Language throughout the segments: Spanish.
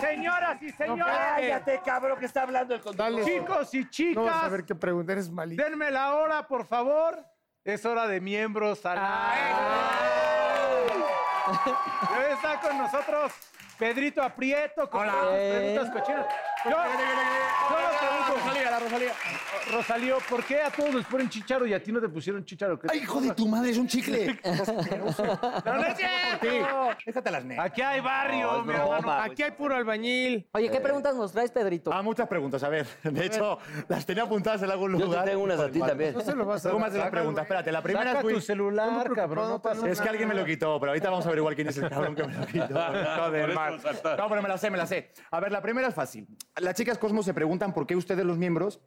Señoras y No, señores, cállate, cabrón, que está hablando el conductor. Dale. chicos y No vas a chicas, ver qué preguntar, eres malito. denme la hora, por favor. Es hora de miembros al aire. Hoy está con nosotros Pedrito Aprieto con Hola. todas sus preguntas cochinas. Yo, yo les pregunto, la Rosalía. Rosalío, ¿por qué a todos les ponen chicharo y a ti no te pusieron chicharo? ¿Qué te ¡Ay, hijo de tu madre, es un chicle! No, no es cierto. Déjate las negras. Aquí hay barrio, mi hermano. Aquí hay puro albañil. Oye, ¿qué preguntas nos traes, Pedrito? Ah, muchas preguntas, a ver. De hecho, las tenía apuntadas en algún Yo lugar. te tengo unas Hijo a de ti madre. también. Se lo vas a ¿Cómo dar. más de la pregunta? Espérate, la primera Saca es... tu muy- celular, cabrón. No pasa Es que alguien me lo quitó, pero ahorita vamos a averiguar quién es el cabrón que me lo quitó. Joder, man. No, pero me la sé, me la sé. A ver, la primera es fácil. Las chicas Cosmos se preguntan por qué ustedes los miembros,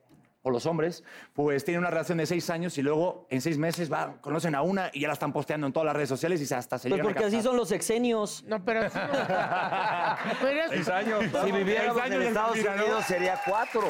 o los hombres, pues tienen una relación de seis años y luego en seis meses va, conocen a una y ya la están posteando en todas las redes sociales y se- hasta se Pues llegan a porque así casar. son los sexenios. No, pero eso no- Pero eso- Si viviéramos años en del Estados Camila, ¿no? Unidos sería cuatro.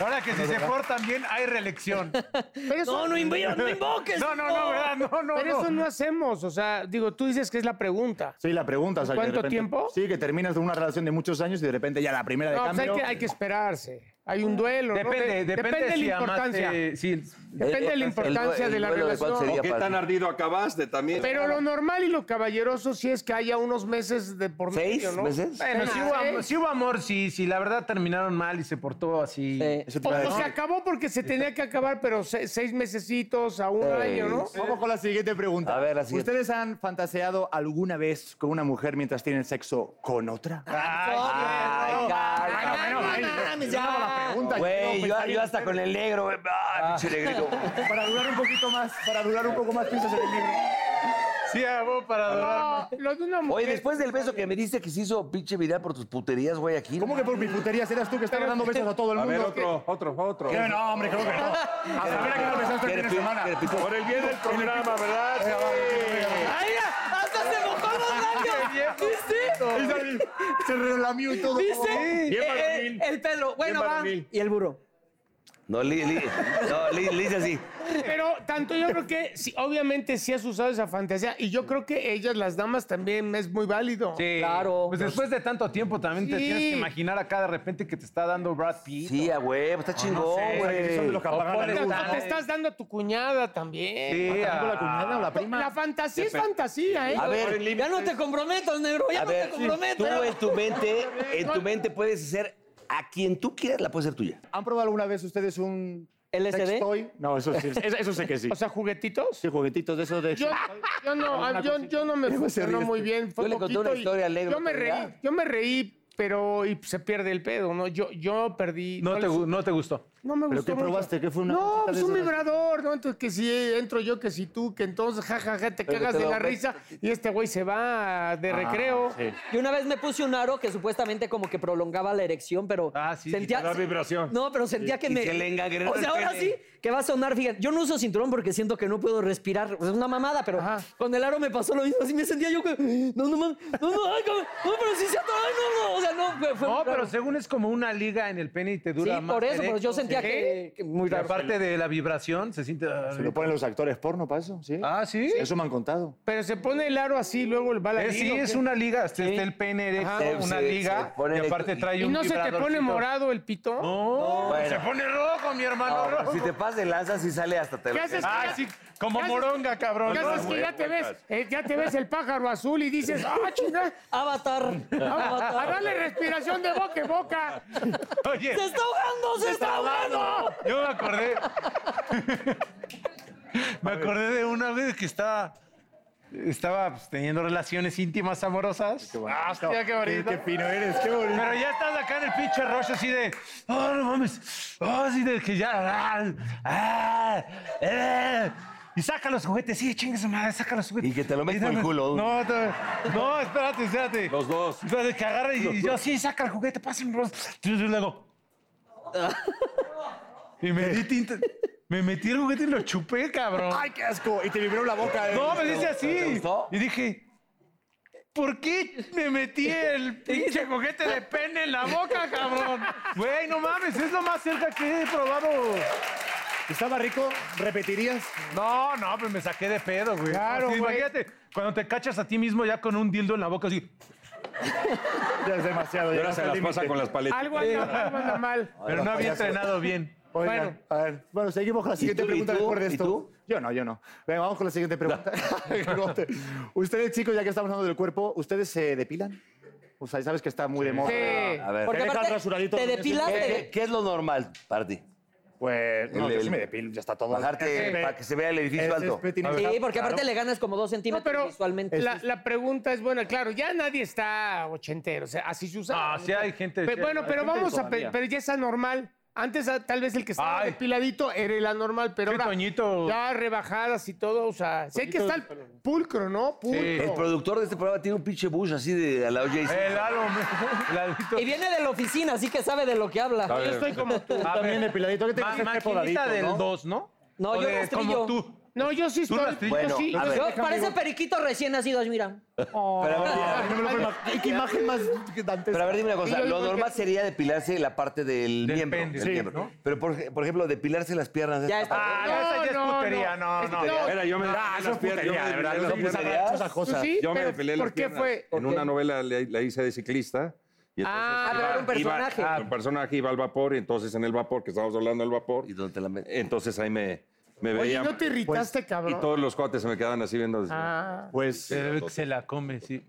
Ahora que si se portan bien, hay reelección. pero eso- No, no, invo- no invoques. No, no, no, ¿verdad? No, no, pero no. eso no hacemos. O sea, digo, tú dices que es la pregunta. Sí, la pregunta. o sea, que de ¿Cuánto repente- tiempo? Sí, que terminas de una relación de muchos años y de repente ya la primera de No, pues hay cambio... que, hay que esperarse. Hay un duelo. ¿no? Depende, De- depende, de si la importancia. amaste- eh, si- Depende de la importancia de la relación. ¿O qué tan relación. ardido acabaste también? Pero lo normal y lo caballeroso sí es que haya unos meses de por ¿Seis medio, ¿no? meses? Bueno, si sí, hubo, sí. am- sí hubo amor, si la verdad terminaron mal y se portó así. Eh, Eso te O, iba a o decir. se acabó porque se tenía que acabar, pero se- seis mesecitos a un año, ¿no? Vamos con la siguiente pregunta. A ver, la siguiente. ¿Ustedes han fantaseado alguna vez con una mujer mientras tienen sexo con otra? Ay, Ah, cabrón. Güey, yo, pues, yo hasta con el negro, güey. Ah, pinche negrito. Para durar un poquito más, para durar un poco más, piensas en el libro. Sí, hago para adorar. No, lo de una mujer. Oye, después del beso que me diste que se hizo pinche viral por tus puterías, güey, aquí. ¿Cómo que por mis puterías eras tú que estabas dando besos a todo el A ver, mundo? otro, otro, otro. Que No, hombre, creo que no. A saber a qué nos besaste el fin de semana. Por el bien del programa, ¿verdad? ¡Ay, ya! ¡Hasta se mojó los labios! ¿Viste? Se relamió y todo. ¿Viste? Bien Eh, eh, varonil. el pelo. Bueno, va. varonil. Y el burro. No, Liz, Liz, no, Liz, Liz así. Pero tanto yo creo que sí, obviamente sí has usado esa fantasía y yo creo que ellas, las damas, también es muy válido. Sí. Claro. Pues después de tanto tiempo también te Sí. tienes que imaginar acá de repente que te está dando Brad Pitt. Sí, a huevo, está chingón, sé, Son de güey. los que apagan la Ponle luz. tan- Te estás dando a tu cuñada también. Sí, a- ¿La cuñada o ah, la prima? La fantasía es fantasía, ¿eh? A ver, Ya no te comprometas, negro. Ya a no ver, te comprometas. tú en tu mente, en tu mente puedes hacer a quien tú quieras, la puede ser tuya. ¿Han probado alguna vez ustedes un ¿LSD? sextoy? No, eso sí, eso- eso sé que sí. O sea, juguetitos. Sí, juguetitos de esos de... Yo, yo no, yo, yo no me funcionó muy bien. Fue Yo le conté poquito una y- historia alegre Yo me otro reí, día. yo me reí, pero y se pierde el pedo, ¿no? Yo, yo perdí. No te, les- gu- no te gustó. No me ¿Pero gustó. qué mucho. probaste? ¿Qué fue una No, cosita pues de un esas? vibrador, ¿no? Entonces que si entro yo, que si tú, que entonces jajaja te Pero que cagas te de lo la metes. risa y este güey se va de recreo. Ah, sí. Y una vez me puse un aro que supuestamente como que prolongaba la erección, pero Ah, sí, sentía y te da vibración. No, pero sentía que y me se le engangrenó O sea, el ahora pene. sí que va a sonar, fíjate, yo no uso cinturón porque siento que no puedo respirar, es una mamada, pero con el aro me pasó lo mismo, así me sentía yo que no no mames, no no, ay, cabrón, no, pero sí se atoró, ay, no no, o sea, no fue, fue No, muy raro. pero según es como una liga en el pene y te dura Sí, más. por eso, pero yo erecto. sentía Sí. que, que muy Y raro. aparte de la vibración, se siente. Se lo ponen los actores porno para eso, ¿sí? Ah, sí. Eso me han contado. Pero se pone el aro así, luego el va la Eh, sí, es una liga. Este está el pene erecto, Se- una se- liga. se pone y aparte erecto. trae ¿Y un no se te pone vibradorcito. morado el pito? No, bueno. se pone rojo, mi hermano. Ahora, rojo. si te pasas de lanza, si sale hasta te ¿Qué haces? Ay, Ah, sí, como ¿Qué haces? moronga, cabrón. ¿Qué No, haces que ya te ves, eh, ya te ves el pájaro azul y dices, ah, chinga, Avatar. a Avatar. darle respiración de boca en boca. Oye, Se está ahogando, se, está ahogando. yo me acordé. me acordé de una vez que estaba. Estaba pues, teniendo relaciones íntimas amorosas. Ah, hostia, qué bonito. Qué fino eres, qué bonito. Pero ya estás acá en el pinche rollo así de. ¡Oh, no mames! ¡Oh, así de que ya! ah, ah, eh". Y saca los juguetes, sí, chinga su madre, saca los juguetes. Y que te lo metes por el dame- culo. No, te- no, espérate, espérate. Los dos. Espérate, que agarra y, y yo, sí, saca el juguete, pásenme. Y luego. Y me di tinta. Me metí el juguete y lo chupé, cabrón. ¡Ay, qué asco! Y te vibró la boca. eh. No, me dice así. gustó? Y dije, ¿por qué me metí el pinche coquete de pene en la boca, cabrón? Güey, no mames, es lo más cerca que he probado. ¿Estaba rico? ¿Repetirías? No, no, pues me saqué de pedo, güey. Claro, Así, güey. Imagínate, cuando te cachas a ti mismo ya con un dildo en la boca, así. Ya es demasiado. Y ya ahora se está las el pasa límite. con las paletas. Algo anda mal, algo anda mal. Pero no había payaso. entrenado bien. Oigan, Bueno. a ver, bueno, seguimos con la siguiente tú? pregunta ¿Y tú? después de ¿Y esto. tú? Yo no, yo no. Venga, vamos con la siguiente pregunta. Bigote. ustedes, chicos, ya que estamos hablando del cuerpo, ¿ustedes se depilan? O sea, sabes que está muy de moda. Sí. A ver. Porque Te dejas aparte, rasuradito, te ¿no? depilas, ¿Qué, te- qué- qué es lo normal para ti? Pues, no, El- yo el- sí me depilo, ya está todo. Bajarte Eh, para que se vea el es- edificio es alto. petit- Sí, porque aparte le ganas como dos No, centímetros pero visualmente. La, la pregunta es buena, claro, ya nadie está ochentero, o sea, así se usa. Ah, sí hay gente- Pe- sí hay- bueno, hay pero gente vamos a, pe- todavía. pero ya es anormal. Antes ah, tal vez el que estaba Ay. depiladito era el anormal, pero Sí, ahora Toñito. ya rebajadas y todo, o sea, sé que está el pulcro, ¿no? El Pulcro. productor de este programa tiene un pinche bush así de a la OJ. Eh, El álbum. El alito. Y viene de la oficina, así que sabe de lo que habla. Yo estoy como tú. A También ver, depiladito. ¿Qué te ma- crees que es maquinita podadito, del no? 2, ¿no? No, O yo de- rastrillo. Como tú. No, yo sí Tú estoy. las yo Bueno, sí. a ver. Yo, parece periquito recién nacido, mira. No me lo puedo imag- ¡Qué imagen más dantesca! Pero a ver, dime una yo cosa. Lo digo que- normal sería depilarse la parte del, Del miembro. pene, del sí, miembro. ¿no? Pero, por, por ejemplo, depilarse las piernas. Ya está. Ah, No, no, esa ya es no, putería. No, no. no. No, Era, yo me Ah, eso es piernas, putería, de verdad. yo me depilé las Esas piernas. esas Tú cosas. sí, Yo me pero depilé las ¿Por qué piernas. fue? En una novela le- la hice de ciclista. Y entonces Ah, iba- pero era un iba- personaje. ah, un personaje iba al vapor y entonces en el vapor, que estábamos hablando del vapor, ¿Y dónde te la metes? entonces ahí me, me Oye, veía. ¿no pues, te irritaste, cabrón? y todos los cuates se me quedaban así viendo. desde- Ah. Pues, Se ve que se la come, sí.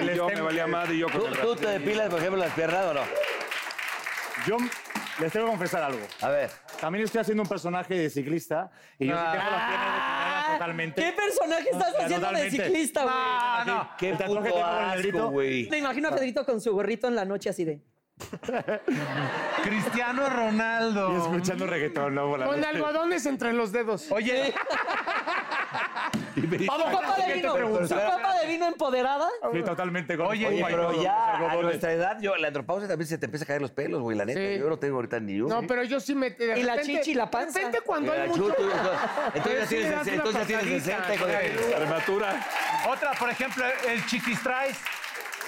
y yo me valía madre y yo con ¿Tú, el tú te depilas, por ejemplo, las piernas o no? yo les tengo que confesar algo. A ver. También estoy haciendo un personaje de ciclista y yo sí tengo Ah. las piernas depiladas totalmente. ¿Qué personaje estás Ah, haciendo de totalmente. ciclista, güey? Ah, no. Qué El tatuaje puto tengo en el asco, grito. güey. Me imagino a Pedrito con su gorrito en la noche así de. Cristiano Y Ronaldo. escuchando reggaetón, ¿no? Por la Con noche. algodones entre los dedos. Oye, Su copa de vino. Su copa de vino empoderada. Sí, totalmente. Con Oye, con Oye, pero algodones, ya a algodones. nuestra edad, yo, la andropausia también se te empieza a caer los pelos, güey, la neta. Sí. Yo no tengo ahorita ni uno. No, pero yo sí me. de Y la repente- chichi y la panza. De repente cuando Mira, hay mucho. chuto, entonces- Eh, entonces Pero ya sí le das tienes, una entonces ya tienes pasadita, 60, hijo de- Armatura. otra, por ejemplo, el chiquistrais.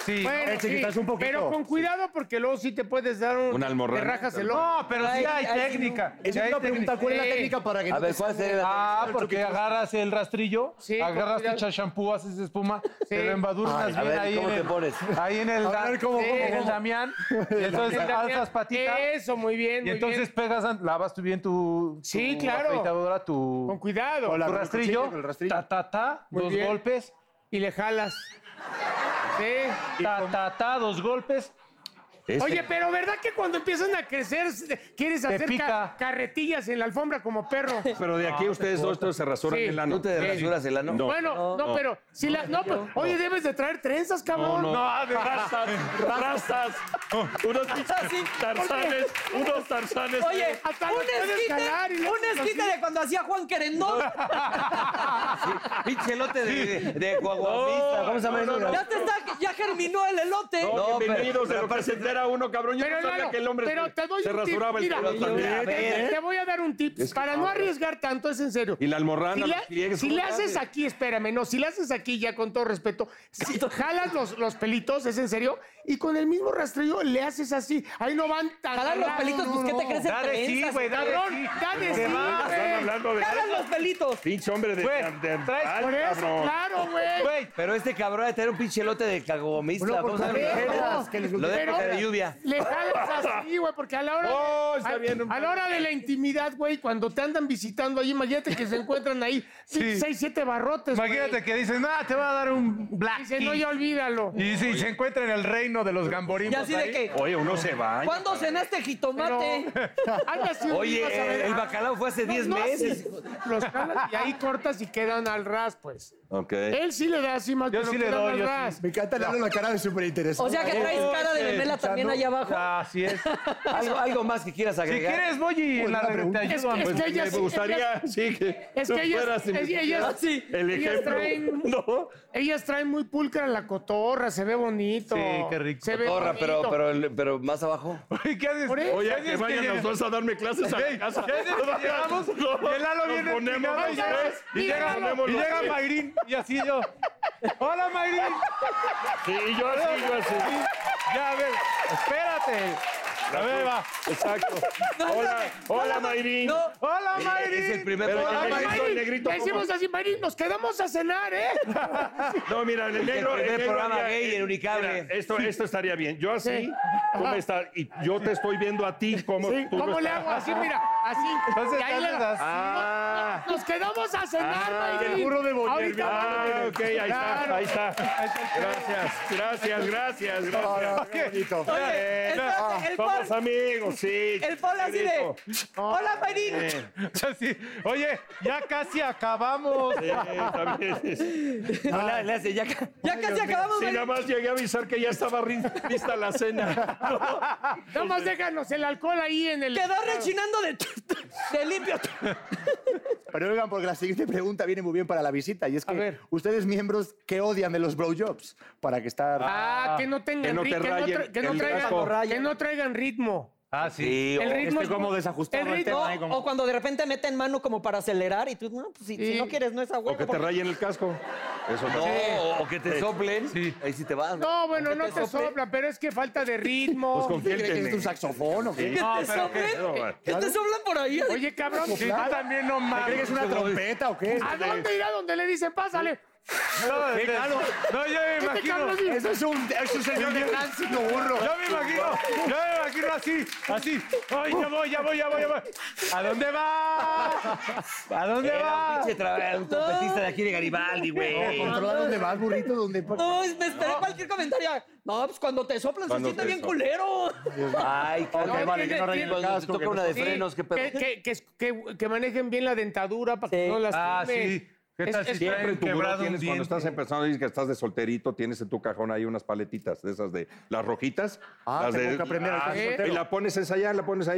Sí. Bueno, Eh, chiquitas, sí, un poquito. Pero con cuidado porque luego sí te puedes dar un. Una almorrana. Te rajas el ojo. No, pero sí Ay, hay ay, técnica. Esa sí es hay una técnica. pregunta. ¿eh? ¿Cuál es la técnica para que A no ver, te ¿cuál salga? sería la Ah, porque agarras el rastrillo, Sí, con agarras, te cuidado. echas shampoo, haces espuma, te lo Ay, embadurnas a bien ver, ahí ¿cómo en te el- pones? Ahí en el, A ver, ¿cómo, en cómo, el cómo? Damián. Y entonces alzas patita. Eso, muy bien. Y muy entonces bien. pegas, an- lavas tú bien tu, Sí, tu claro. afeitadora, tu, Con cuidado. tu con el rastrillo, cuchillo, con el rastrillo. ta, ta, ta, Muy dos bien. golpes, Y le jalas. Sí. ta, ta, ta, dos golpes, Este- Oye, pero ¿verdad que cuando empiezan a crecer quieres hacer pica. ca- carretillas en la alfombra como perro? Pero de aquí ustedes dos todos se rasuran Sí. el ano. ¿Tú te rasuras el ano? No. bueno, no, pero si la, no, pues, oye, debes de traer trenzas, cabrón. No, no, de Rastas, unos Así. tarzanes, unos tarzanes. Oye, Hasta lo un puedes jalar y esquite, le un haces esquite de cuando hacía Juan Querendón. Pinche elote de, de coaguamista. ¿Cómo se llama eso? Ya te está, ya germinó el elote. No, No, pero- bienvenidos de pero lo que se entera uno, cabrón. Yo Pero no sabía Lalo, que el hombre pero se, te doy se un tip. rasuraba el Mira, pelo también. a ver, Te, te voy a dar un tip. Es que- para no a ver. arriesgar tanto, es en serio. Y la almorrana, Si, los le- pliegues, si ¿cómo le le haces haces? aquí, espérame, no, si le haces aquí ya con todo respeto, si jalas los, los pelitos, es en serio, y con el mismo rastrillo le haces así. Ahí no van tan. Jalar los tan- pelitos, pues ¿qué te crees en Dale, sí, trenzas? güey, dale. Cabrón, dale, sí, güey. hablando de Jalan los pelitos. pinche hombre de... Güey, de- de- traes Ay, Por eso, cabrón. claro, güey. güey. Pero este cabrón de tener un pinche elote de caguamista. Bueno, por ¿Cómo se llama? favor, que les- Lo de Pero época de lluvia. Le jalas así, güey, porque a la hora. Oh, está a, bien. a la hora de la intimidad, güey, cuando te andan visitando ahí, imagínate que se encuentran ahí Sí. seis, siete barrotes. güey. Imagínate que dicen, ah, te va a dar un black. Dice, no, ya olvídalo. Y si se encuentra en el reino de los Y gamborimos. así de ahí, que, Oye, uno se baña. ¿cuándo cenaste este jitomate? Anda así, Oye, vas a ver. eh, el bacalao fue hace 10 No, no así. meses. Los jalas y ahí cortas y quedan al ras, pues. Ok. Él sí le da así más, Yo pero sí le quedan doy, al yo sí. ras. Me encanta darle la cara de súper interesante. O sea que traes cara de memela también allá abajo. Así es. Si ¿Algo, algo más que quieras agregar. quieres, voy y en la te Es, ayudo. es pues. que ella Me sí- gustaría, ella- sí, que Es que ellas, fueras ellas- ellas- sí. el ellas ejemplo. traen, ellas traen muy pulcra la cotorra, se ve bonito. Sí, qué rico. Se ve Torra, pero, bonito. pero, el- pero más abajo. Oye, ¿Qué haces? Por eso. ¿Qué Oye, haces que vayan llega- los dos a darme clases a Ey, la casa. ¿qué haces que llegamos? Y el Lalo Nos viene ponemos picado los y llega- tres, y y llega, nos ponemos y los llega tres. Mayrín y así yo. Hola Mayrín. Sí, y yo así, yo así. Ya, a ver, espérate. A ver, va. Exacto. Hola, hola, Mayrin. No, ¡Hola, Es el Mayrin! primer Hola, programa. Mayrin. El negrito. Le decimos así, Marín, nos quedamos a cenar, ¿eh? No, mira, el negro. primer negro programa haría- gay en Unicable. Mira, esto, esto estaría bien. Yo así, tú me estás. Y yo te estoy viendo a ti como. Sí, tú me ¿Cómo le estás- hago? Así, mira, así. Entonces, Y ahí le- haces así. Ah, Nos quedamos a cenar, Mayrin. el burro de Boyer, Ahorita mira. vamos. Ah, ok, ahí Claro. está, ahí está. Gracias, gracias, gracias, gracias. qué bonito. Oye, espérate, el Paul, Somos amigos, sí. el Paul así de. Hola, Mayrin. Así. Oye, ya casi acabamos. Sí, está bien. eh, Sí, No, le- le hace ya ca- Ya casi acabamos, nada Mayrin. más llegué a avisar que ya estaba ri- lista la cena. Nada más déjanos el alcohol ahí en el. Quedó rechinando de, de limpio. Pero oigan, porque la siguiente pregunta viene muy bien para la visita. Y es que, ver. ustedes miembros, ¿qué odian de los browjobs? Para que estar... Ah, que no tengan Que no te ri- que no rayen tra- que no el casco. traigan, que no traigan ritmo. Ah, sí. Sí, El o- ritmo Estoy es como muy- desajustado el el ritmo- tema. ahí como- O cuando de repente meten mano como para acelerar y tú, no, pues si, si Sí. no quieres, no es agua. O que te rayen el casco. Eso no. no, o que te soplen. Ahí sí te vas. No, bueno, no Aunque te sople. soplan, pero es que falta de ritmo. Pues confía en ¿Qué ¿Es un que saxofón o qué? ¿Que No, te pero soplen? no, ¿Que te soplan por ahí? Oye, cabrón, Sí, tú también no ¿Cree que mames. es una trompeta o qué? ¿a dónde irá donde le dicen pásale? No, de- no, yo me Este imagino. cabrón, sí. Eso es un, es un señor de tránsito burro. Yo me imagino, yo me imagino así, así. Ay, ya voy, ya voy, ya voy, ya voy. ¿A dónde va? ¿A dónde Era un va? pinche tra- un trompetista de aquí de Garibaldi, güey. Controla dónde vas, burrito, dónde... No, me esperé cualquier comentario. No, pues cuando te soplan se Cuando siente te bien soplan. culero. Ay, Ok, cabrón. vale, que no rayen el Cuando te casco. toca que no- una de Sí, frenos, qué que, pedo. que, que, que- que manejen bien la dentadura para que Sí. no las Ah, sí. ¿Qué tal si Siempre traen en tu buró quebrado un tienes, cuando diente? estás empezando a decir que estás de solterito, tienes en tu cajón ahí unas paletitas de esas de las rojitas. Ah, las tengo de, que aprender a estar soltero. Y la pones esa allá, la pones Eh,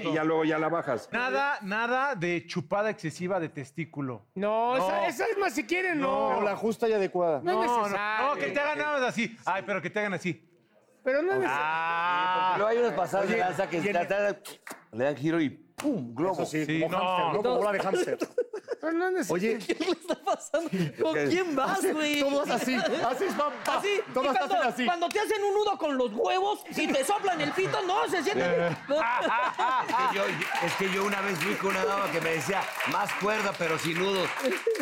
allá. Y ya luego ya la bajas. Nada, nada de chupada excesiva de testículo. No, Esa, No. esa es más si quieren, no. Pero la justa y adecuada. No, es No, necesario. no, no, que te hagan nada más así. Ay, pero que te hagan así. Pero no es necesario. Ah, Luego hay unas pasadas de lanza que la- la- le dan giro y ¡pum! Globo. Eso sí, Sí, como no. hámster, ¿no? Como bola de hámster. No, no es necesario. Oye, ¿Qué le está pasando? ¿Con quién vas, güey? todos así, así, papá. Así, y Todos cuando, hacen así. cuando te hacen un nudo con los huevos y te soplan el pito, no, se siente. No. Ah, Es que yo- yo- es que yo una vez fui con una dama que me decía, más cuerda, pero sin nudos.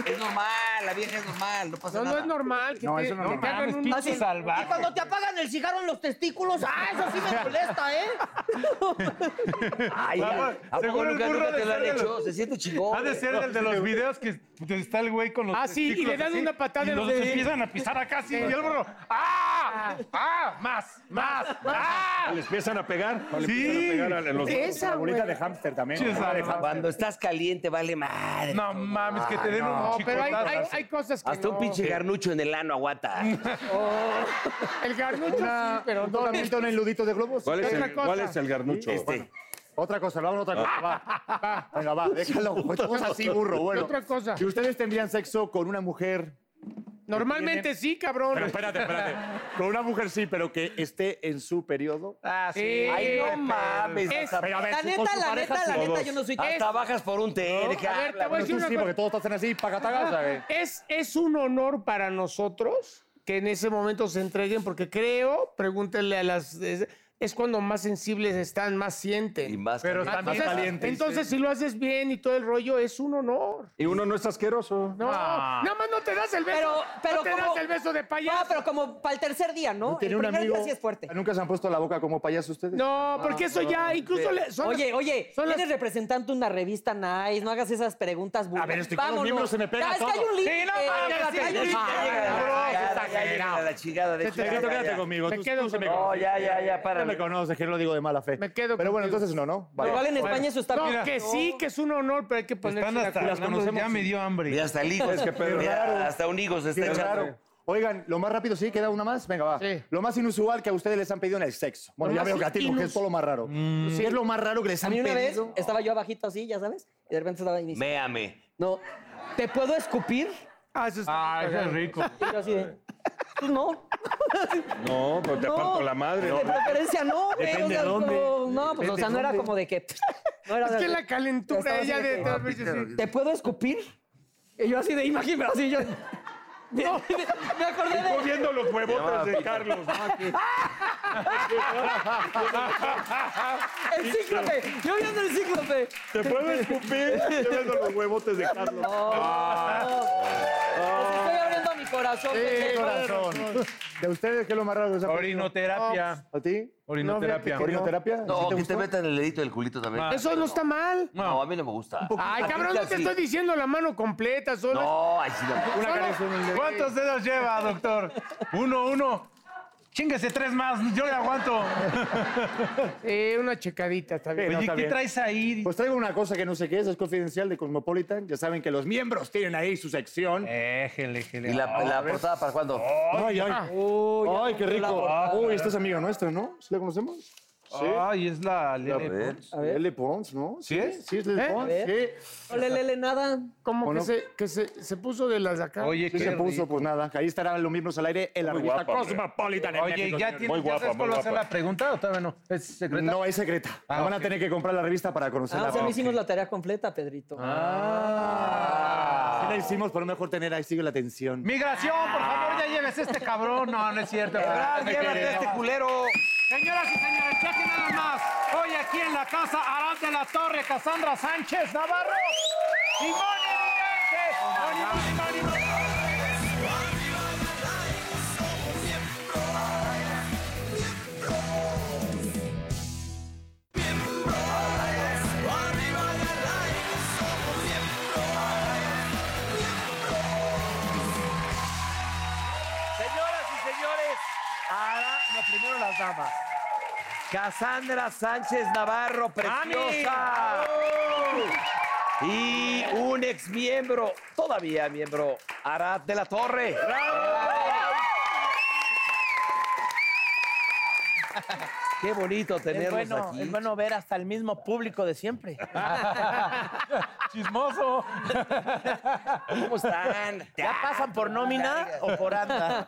Es normal, la vieja es normal, no pasa No, no nada. es normal que No, te, eso no es que te hagan un... Así, Y cuando te apagan el cigarro en los testículos, ah, eso sí me molesta, ¿eh? Ay, Vamos, ¿a poco seguro el nunca, burro nunca de te lo han Sergio. hecho? Se siente chingón. ha de ser el de los videos que está el güey con los Ah, sí, y le testículos dan así, una patada y en los los- empiezan a pisar acá así. Y el burro, ¡ah! ¡ah! ¡Más! ¡más! ¡ah! Les empiezan a pegar. les Sí. empiezan a pegar a los- Esa, bolita de hámster también. Sí, bola de esa- hámster. Cuando estás caliente, vale madre. No mames, que te den un No, chicotazo. pero hay, hay, hay cosas que Hasta un no. pinche garnucho en el ano aguanta. El garnucho sí, pero ¿Un no. tocamiento en el ludito de globos? ¿Cuál es, Otra el, cosa. cuál es el garnucho? Este, Otra cosa, vamos a otra cosa. Va, va. Venga, va, déjalo. Todos así, burro. Bueno, Ah. Otra cosa. Si ustedes tendrían sexo con una mujer... Normalmente sí, cabrón. espérate, espérate. Con una mujer sí, pero que esté en su periodo. Ah, sí. ay, no pero- mames. es- hasta, Pero a ver, La tú con neta, tu la pareja neta, sí. la neta, yo no Ah, soy hasta bajas por un té. de que A ver, te habla, voy a Pero decir tú una sí, cosa. porque todos hacen así, pacatagas, ¿sabes? Es, es un honor para nosotros que en ese momento se entreguen, porque creo, pregúntenle a las. Es, es cuando más sensibles están, más ah, Y sienten. más Pero caliente. también Entonces, entonces, si lo haces bien y todo el rollo, es un honor. Y uno no es asqueroso. No, Ah. nada más no te das el beso. Pero, pero no te como- das el beso de payaso. Ah, pero como para el tercer día, ¿no? Tiene el un primer amigo. día sí es fuerte. ¿Nunca se han puesto la boca como payaso ustedes? No, porque eso ya incluso le, son las- Oye, oye, son las- eres representante de una revista nice, no hagas esas preguntas burlas. A ver, estoy con los miembros, se me pega Ah, Es que todo. hay un límite. Sí, no mames, espérate, hay un sí, límite. Ya llega la chingada, ya llega la chingada, deja- ya, ya, ya. conmigo. Me quedo con- No, ya, ya, ya, Ya me párale. conoces, que no lo digo de mala fe. Me quedo Pero bueno, contigo. entonces no, ¿no? Pero Vale. igual en España eso está no, bien. que sí, que es un honor, pero hay que ponerse Están de hasta acuerdo. hablando, ya me dio hambre. Mira, hasta el higo. Es que Pedro- Mira, hasta un higo se está Qué echando. raro. Oigan, lo más rápido, ¿sí? ¿Queda una más? Venga, va. Sí. Lo más inusual que a ustedes les han pedido en el sexo. Bueno, Lo ya más veo que a ti, porque es inus- todo lo más raro. ¿Qué es lo más raro que les A han mí una vez pedido? estaba yo abajito así, ya sabes, y de repente estaba ahí y me dice, Méame. no, ¿te puedo escupir? Ah, eso está- Ah, eso es rico. Y yo así de, pues no. No, pero te No. parto la madre. De preferencia no, güey. O sea, como- no, pues o Depende sea, no era dónde. como de que. pues, No era Es de- que la calentura Estaba así ella de de... que- de- de- ¿Te puedo escupir? Y yo así de, imagínate, así yo. Me, me acordé de. Viendo los huevotes de Carlos. El cíclope. Yo viendo el cíclope. Te puedo escupir. Yo vendo los huevotes de Carlos. Ah. Pues estoy abriendo mi corazón. pendejo. corazón. ¿De ustedes qué es lo más raro que os ha pasado? Orinoterapia. ¿A ti? Orinoterapia. ¿Orinoterapia? No, ¿Sí que te gusta? metan el dedito del culito también. Eso no está mal. No, a mí no me gusta. Ay, cabrón, no te estoy diciendo la mano completa, solo. No, ay, sí, no. Una cara es un- ¿Cuántos dedos lleva, doctor? Uno, uno. Chingase tres más, yo le aguanto. Eh, una checadita, está bien. no, Oye, está ¿qué bien. traes ahí? Pues traigo una cosa que no sé qué es, es confidencial de Cosmopolitan. Ya saben que los miembros tienen ahí su sección. Eh. Éjele, ¿Y éjele. la, la portada para cuándo? Ay, ay. Uy, ya Ay, qué rompió la rico. portada. Uy, esta es amiga nuestra, ¿no? ¿Sí la conocemos? Ah, Ay, es la A Lele ver. A ver. Lele Pons, ¿no? ¿Sí es? Sí, es Lele ¿Eh? Pons. A Sí. No le lele nada. Como que, no? se, que se, se puso de las de acá. Oye, Sí qué se puso, rico. pues nada. Ahí estarán los miembros al aire en la Muy revista guapa, Cosmopolitan. en Oye, México, ¿ya, señores. tienes, Muy ya guapa, sabes muy cuál va a ser guapa. la pregunta o todavía no? ¿Es secreta? No es secreta. Ah, La van a ok. tener que comprar la revista para conocerla. Ah, o sea, no hicimos la tarea completa, Pedrito. Ah. Sí la hicimos, pero mejor tener ahí sigue la atención. Migración, por favor, ya lleves a este cabrón. No, no es cierto. Brad, llévate a este culero. Señoras y señores, chequen nada más. Hoy aquí en la casa Arad de la Torre, Casandra Sánchez Navarro y Moni Vidente. Moni, Moni, Moni, Moni. Señoras y señores, ahora, no, primero las damas. Cassandra Sánchez Navarro, preciosa. Y un ex miembro, todavía miembro, Arad de la Torre. Qué bonito Es tenerlos bueno, aquí. es bueno ver hasta el mismo público de siempre. Chismoso. ¿Cómo están? ¿Ya pasan por nómina o por anda?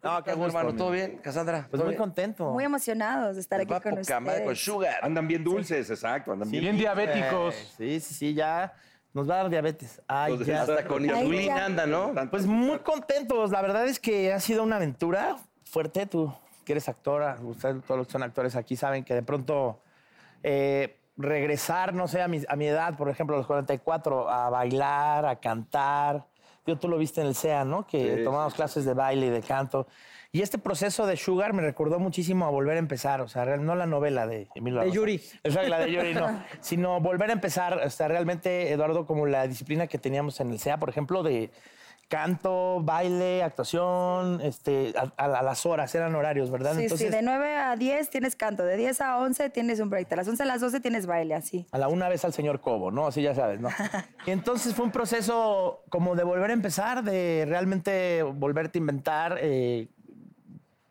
No, qué bueno, hermano. ¿Todo bien, Cassandra? Pues muy contento. Muy emocionados de estar aquí Va con poca madre, con ustedes. Sugar. Andan bien dulces, exacto. Andan bien. diabéticos. Sí, sí, sí, ya nos va a dar diabetes. Ay, ya. Hasta con Irulina ya. anda, ¿no? Pues muy contentos. La verdad es que ha sido una aventura fuerte. Tú que eres actora, ustedes todos los que son actores aquí saben que de pronto eh, regresar, no sé, a mi, a mi edad, por ejemplo, a los 44, a bailar, a cantar. Yo tú lo viste en el SEA, ¿no? Que tomamos clases de baile y de canto. Y este proceso de Sugar me recordó muchísimo a volver a empezar, o sea, real- no la novela de Emilio De Arroza. Yuri. Esa es la de Yuri, no. Sino volver a empezar. O sea, realmente, Eduardo, como la disciplina que teníamos en el SEA, por ejemplo, de canto, baile, actuación, este, a, a- a las horas, eran horarios, ¿verdad? Sí, sí, de 9 a 10 tienes canto, de 10 a 11 tienes un break, de las 11 a las 12 tienes baile, así. A la una vez al señor Cobo, ¿no? Así ya sabes, ¿no? Y entonces fue un proceso como de volver a empezar, de realmente volverte a inventar, eh,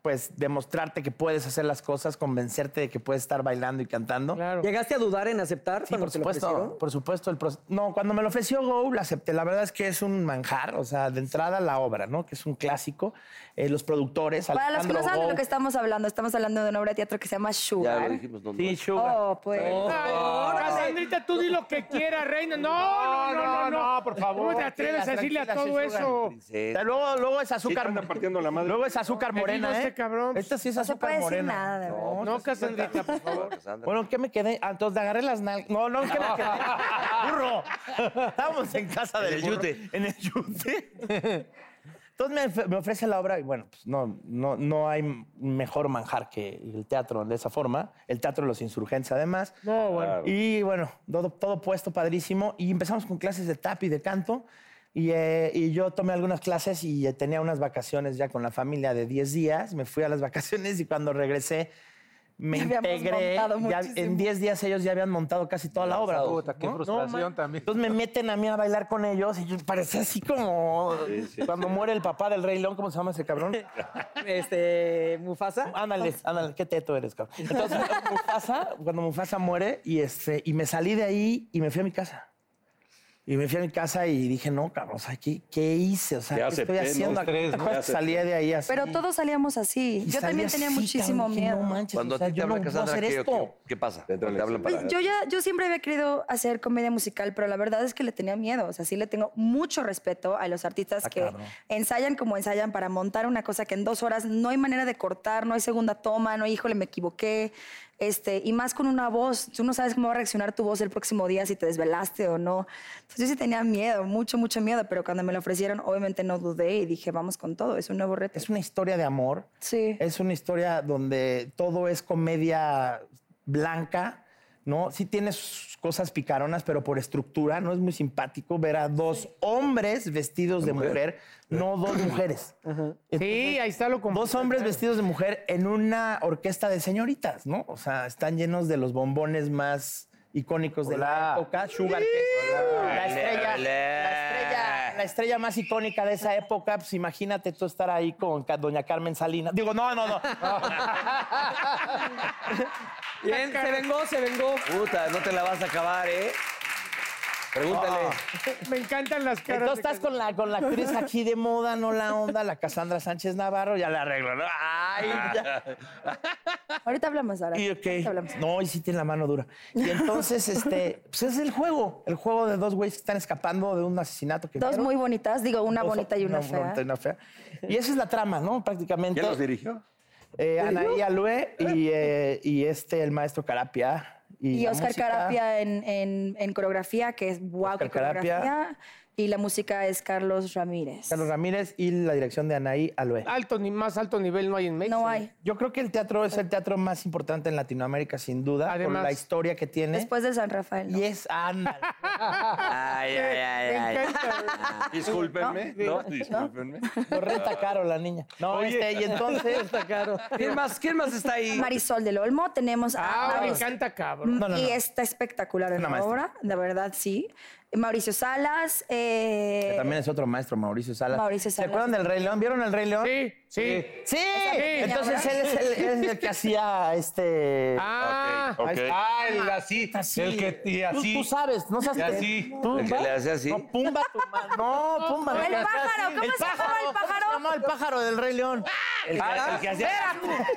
pues demostrarte que puedes hacer las cosas, convencerte de que puedes estar bailando y cantando. Claro. ¿Llegaste a dudar en aceptar Sí, cuando por te lo supuesto, ofrecieron? por supuesto. El proce- no, cuando me lo ofreció Go, la acepté. La verdad es que es un manjar, o sea, de entrada la obra, ¿no? Que es un clásico. Eh, los productores, Para los que Alejandro no saben de lo Gou. que estamos hablando, estamos hablando de una obra de teatro que se llama Pues, Ya lo Sugar. dijimos, ¿no? Sí, Sugar. Oh, pues. Ay, Casandrita, tú di lo que quieras, reina. No, no, no, no. por favor. ¿Cómo te atreves a decirle a todo eso? O sea, Luego, luego es azúcar. andan partiendo la madre. Luego es azúcar Me morena. ¿eh? vino este cabrón. Esta sí es No se azúcar puede decir morena. nada, de verdad. No, Casandrita, por favor. Bueno, ¿qué me quedé? Ah, entonces agarré las nalgas. No, no, ¿qué me quedé? ¡Burro! Estábamos en casa del el burro. yute. En el yute. Entonces me, of- me ofrece la obra y bueno, pues no, no, no hay mejor manjar que el teatro de esa forma. El teatro de los insurgentes, además. No, bueno. Y bueno, todo, todo puesto padrísimo. Y empezamos con clases de tap y de canto. Y, eh, y yo tomé algunas clases y eh, tenía unas vacaciones ya con la familia de 10 días. Me fui a las vacaciones y cuando regresé me Ya habíamos integré. montado Ya en muchísimo. 10 días ellos ya habían montado casi toda la obra. qué frustración también. Entonces me meten a mí a bailar con ellos y yo parecía así como cuando muere el papá del Rey León, ¿cómo se llama ese cabrón? Este, Mufasa. Ándale, ándale, qué teto eres, cabrón. Entonces, Mufasa, cuando Mufasa muere, y, este, y me salí de ahí y me fui a mi casa. Y me fui a mi casa y dije, no, cabrón, o sea, ¿qué, qué hice? O sea, Te ¿qué acepté, estoy haciendo? ¿no? acá? Estrés, ¿Te ¿no? acuerdas Te que salía de ahí así. Pero todos salíamos así. Y Yo salí también tenía así, muchísimo cabrón, dije, miedo. No manches, Cuando o sea, a ti te yo no habla puedo hacer Cassandra, ¿qué, esto. qué- qué pasa? Entra Te la hablan acción. para... Pues yo ya, yo siempre había querido hacer comedia musical, pero la verdad es que le tenía miedo. O sea, sí le tengo mucho respeto a los Ah, artistas que ensayan como ensayan para montar una cosa que en dos horas no hay manera de cortar, no hay segunda toma, no, hay, híjole, me equivoqué. Este, y más con una voz, tú no sabes cómo va a reaccionar tu voz el próximo día, si te desvelaste o no. Entonces yo sí tenía miedo, mucho, mucho miedo, pero cuando me lo ofrecieron, obviamente no dudé y dije, vamos con todo, es un nuevo reto. Es una historia de amor. Sí. Es una historia donde todo es comedia blanca, ¿no? Sí tiene sus cosas picaronas, pero por estructura no es muy simpático ver a dos hombres vestidos de mujer, no dos mujeres. Sí, ahí está lo como. Dos hombres vestidos de mujer en una orquesta de señoritas, ¿no? O sea, están llenos de los bombones más icónicos de la época. Sugar, que es la estrella, la estrella, la estrella más icónica de esa época. Pues imagínate tú estar ahí con ca- doña Carmen Salinas. Digo, no, no, no. Bien, se vengó, se vengó. Puta, no te la vas a acabar, ¿eh? Pregúntale. Me encantan las caras. Entonces de estás con la, con la actriz aquí de moda, no la onda, la Cassandra Sánchez Navarro, ya la arreglo, ¿no? Ay, ya. Ahorita hablamos ahora. Y Ahorita hablamos. ok. No, y sí tiene la mano dura. Y entonces, este, pues es el juego. El juego de dos güeyes que están escapando de un asesinato que Dos vieron. muy bonitas, digo, una Dos- bonita y una, fea. bonita y una fea. Y esa es la trama, ¿no? Prácticamente. ¿Quién los dirigió? Eh, Anaí Alue y, eh, y este, el maestro Carapia. Y, Y la Oscar música. Carapia en, en- en coreografía, que es wow, Oscar qué coreografía. Carapia. Y la música es Carlos Ramírez. Carlos Ramírez y la dirección de Anaí Alue. Ah. Alto, ni más alto nivel no hay en México. no hay. Yo creo que el teatro es el teatro más importante en Latinoamérica, sin duda, por Además. la historia que tiene. Después de San Rafael. ¿no? Y es Ana. Ay, ay, ay, ay. Discúlpenme, No, ¿no? Discúlpenme. Lo reta caro la niña. No, este, y entonces. Reta caro. ¿Quién más, ¿Quién más está ahí? Marisol del Olmo, tenemos a. Ah, me Mauricio- encanta, cabrón. No, no, Y no. está espectacular en una la maestra. obra, de verdad, sí. Mauricio Salas. eh, También es otro maestro, Mauricio Salas. Mauricio ¿Se Salas. acuerdan del Rey León? ¿Vieron el Rey León? Sí, sí. Sí. pequeña, Entonces él es el, él es el que hacía este. Ah, Ok. Ah, el así, así. Pues, ah. el que y Tú- así. Tú, sabes, no seas. Y así. Pumba. El que le hace así. No, Pumba tu ma- No, Pumba. El pájaro, ¿cómo se llama el pájaro? No, el pájaro del Rey León. El que- el que hacía-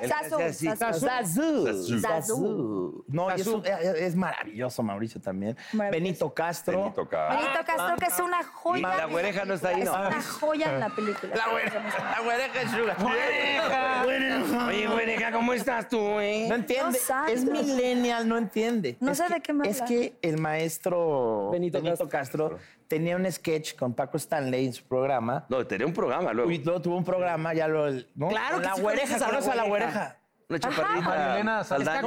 el que Zazú, hacía así. Zazú. Zazú. Zazú. No, y es, un- es- es maravilloso, Mauricio, también. Maravilloso. Benito Castro. Benito Castro. Benito Castro, que es una Y joya. la güereja no está ahí, Es ¿no? una joya en la película. La La güereja es Sugar. Oye, güereja, ¿cómo estás tú, eh? No entiende. No sabe. es millennial, no entiende. No es sé que- de qué me Es habla. que el maestro Benito Benito, Castro. tenía un sketch con Paco Stanley en su programa. No, tenía un programa luego. Y luego tuvo un programa, ya lo. ¿no? Claro Con que la sí güereja, conoces a la conoce a la güereja. güereja. Una chaparrita. Marilena Saldaña.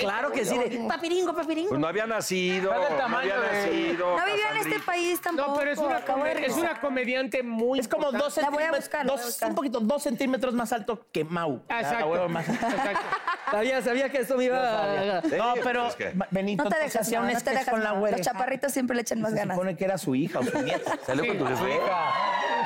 Claro que sí. de, papiringo, papiringo. Pues no había nacido. Era el No tamaño había de- nacido. No vivió en este país tampoco. no, pero es una, acabo de come- es regresar. una comediante muy. Es como dos La voy a centímetros. buscar, la voy a dos- buscar. Un poquito, dos centímetros más alto que Mau. Ah, La- la huevo Exacto. más- exacto. Sabía, sabía que esto me iba a... No, pero pues, ¿qué? Ma- Benito No te entonces dejes, hacía no, un no te sketch dejes. con la no. Los güereja. chaparritos siempre le echan más Se ganas. supone que era su hija o su nieta. ¿Salió con tu jefe?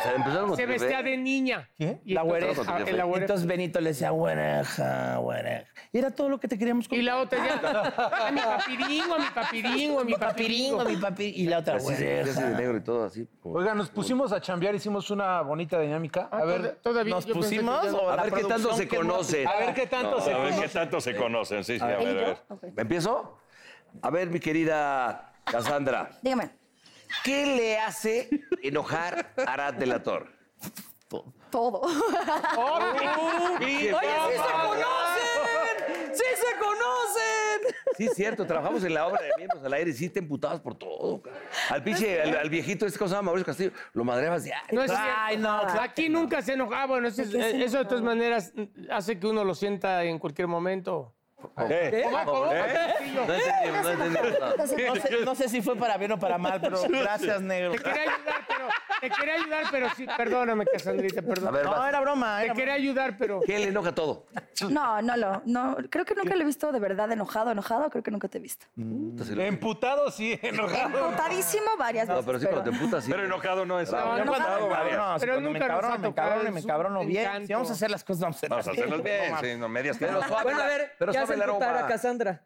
¿Se empezaron con Se tu vestía jefe? de niña. ¿Qué? Y La entonces- güereja. Ah, la güereja. Entonces Benito le decía, güereja, güereja. Y era todo lo que te queríamos Y contar. la otra ya. A mi papiringo, a mi papiringo, a mi papiringo. Papiringo, mi papi. Y la otra, Así, así güereja. de negro y todo, así. como- Oiga, nos pusimos a chambear, hicimos una bonita dinámica. Ah, A ver, toda- todavía ¿Nos yo pensé que pusimos? ya- o A la ver qué tanto producción se que no- conoce. a ver qué tanto se A ver qué tanto se conocen. Sí, sí, a ver, a ver. Ok. ¿Empiezo? A ver, mi querida Cassandra, Dígame. ¿qué le hace enojar a Arad de la Torre? Todo. ¡Oye, sí se conocen! ¡Sí se conocen! Sí, es cierto, trabajamos en la obra de miembros al aire y sí te emputabas por todo. cara. Al pinche, al, al viejito, este cosa, Mauricio Castillo, lo madreabas de. No es Ay, cierto. no, claro Aquí nunca se enojaba. bueno, eso, es- eh, eso de todas maneras hace que uno lo sienta en cualquier momento. ¿Eh? No entendimos, no entendimos. nada. No sé, no sé si fue para bien o para mal, pero gracias, negro. Te quería ayudar, pero. Te quería ayudar, pero sí. Perdóname, Casandrita, A perdón. ver, No, vas. era broma. Te Era quería ayudar, pero. ¿qué le enoja todo? No, no lo. No, creo que nunca lo he visto de verdad enojado, enojado. Creo que nunca te he visto. Emputado, sí, enojado. Emputadísimo varias No, veces. pero sí, cuando te emputas, sí. Pero enojado no es. No, Yo no, cuando me encabrono, Pero cuando me nunca nos encabrono, ha me tocado encabrono, el me encabrono su bien. encanto. Si vamos a hacer las cosas, vamos a hacerlas Vamos a hacerlas bien, No, sí, no medias. Pero no. suave, Bueno, a ver, pero ¿qué suave hace el emputar a aroma. Cassandra?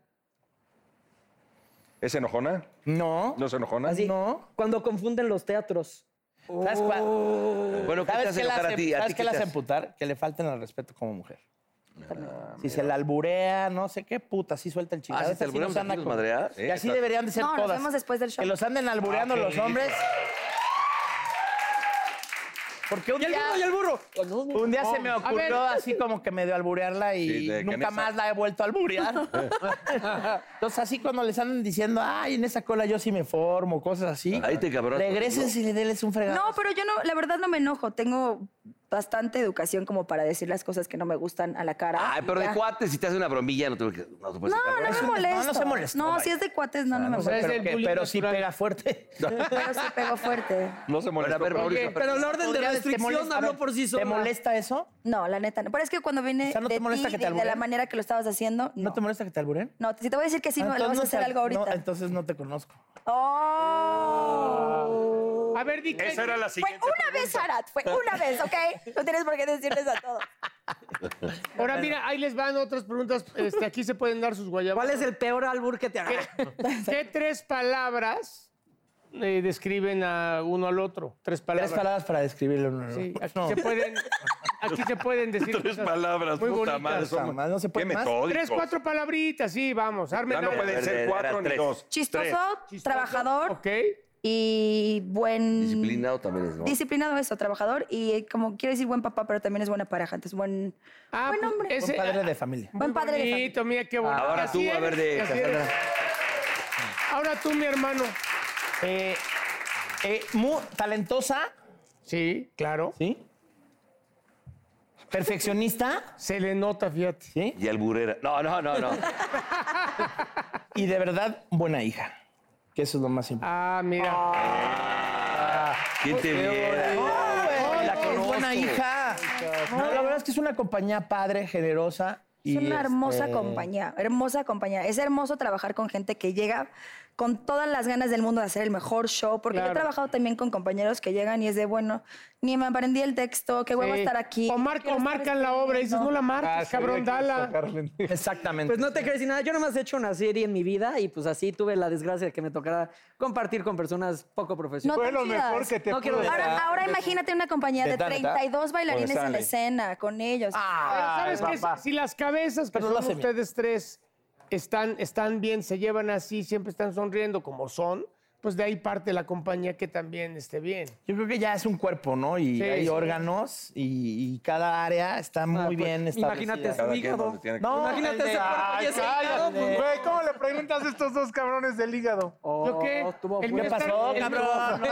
¿Es enojona? No. ¿No es enojona? Así, No. Cuando confunden los teatros. Uh, ¿Sabes, cuál- Bueno, ¿qué te ¿Sabes hace qué le enojar hace, a ti? ¿A sabes qué ti em-? le qué te hace hace? emputar? Que le falten al respeto como mujer. si se la alburea, no sé qué puta, sí suelta el chingado. Ah, si Esa te sí nos albureamos aquí anda los con- madreas. Y así deberían de ser No, nos todas. vemos después del show. Que los anden albureando los hombres. Porque un Y el día, burro, y el burro. un día se me ver. ocurrió así como que medio alburearla y Sí, de que en nunca esa- más la he vuelto a alburear. Entonces, así cuando les andan diciendo, ay, en esa cola yo sí me formo, cosas así. Ahí te cabronas Regresen y le denles un fregado. No, pero yo no, la verdad no me enojo. Tengo bastante educación como para decir las cosas que no me gustan a la cara. Ay, pero de Ya. cuates, si te hace una bromilla, no te, no te puedes No, no me molesto. no se molestó, No, vaya. si es de cuates, no, no me No sé, molesta. pero, que- pero sí pega fuerte. Pero se pegó fuerte. No se molesta. a ver, Mauricio, Pero el orden de Podrías- te restricción molesta- habló por sí sola. ¿Te molesta eso? No, la neta no. Pero es que cuando viene O sea, ¿no de te molesta ti, que te de- de, la alburen? manera que lo estabas haciendo, ¿No no. te molesta que te alburen? No, si te voy a decir que sí, Ah, le vas a entonces hacer no- algo ahorita. no, entonces no te conozco. Ah, ¡Oh! A ver, di Esa era la Fue siguiente. una vez, Arat, fue una vez, ¿ok? No tienes por qué decirles a todos. Ahora mira, ahí les van otras preguntas. Este, aquí se pueden dar sus guayabas. ¿Cuál es el peor albur que te haga? ¿Qué tres palabras eh, describen a uno al otro? Tres palabras. Tres palabras para describirlo. No, no. Sí, aquí, No, se pueden, aquí se pueden decir Tres cosas palabras, muy puta bonitas. madre. puta son- madre, no se Qué puede más. metódico. Tres, cuatro palabritas, sí, vamos, Ya armen. no algo. pueden ser Era cuatro ni tres. dos. Chistoso, trabajador Ok. y buen... Disciplinado también es, ¿no? Disciplinado eso, trabajador y eh, como quiero decir buen papá, pero también es buena pareja, entonces buen, Ah, buen pues, hombre. ese- Soy padre de familia. muy Buen padre de familia. bonito, mira qué bonito. Ahora Así tú, a eres, ver, de así eres. Cassandra. Ahora tú, mi hermano. Eh, eh, muy talentosa, Sí, claro. ¿sí? Perfeccionista, Se le nota, fíjate. ¿sí? Y alburera. No, no, no, no. Y de verdad, buena hija. Que eso es lo más importante. Ah, mira. ¿Quién te viera? la que es buena hija. No, la verdad es que es una compañía padre, generosa. Y Es una hermosa este, compañía, hermosa compañía. Es hermoso trabajar con gente que llega con todas las ganas del mundo de hacer el mejor show, porque yo he Claro. trabajado también con compañeros que llegan y es de, bueno, ni me aprendí el texto, qué huevo Sí. estar aquí. O, mar- ¿Qué quiero o estar marcan la obra y dices, no la Ah, marques, cabrón, dala. Exactamente. Pues no te crees nada. Yo nomás he hecho una serie en mi vida y pues así tuve la desgracia de que me tocara compartir con personas poco profesionales. fue lo mejor que te No quiero pudo decir. Ahora, ahora imagínate una compañía de de tanta, 32 bailarines en la Stanley. escena con ellos. Pero ¿sabes qué? papá. Si las cabezas que ah, Pero lo son hace bien. ustedes tres están, están bien, se llevan así, siempre están sonriendo como son, pues de ahí parte la compañía que también esté bien. Yo creo que ya es un cuerpo, ¿no? Y Sí, hay sí. órganos y, y cada área está muy pues, bien establecida. imagínate su Cada quien hígado. donde tiene que- No, Imagínate el de- ese cuerpo y ese hígado. pues, Güey, ¿cómo le preguntas a estos dos cabrones del hígado? Oh, ¿Yo qué? estuvo El ¿Qué bienestar- pasó, el- cabrón?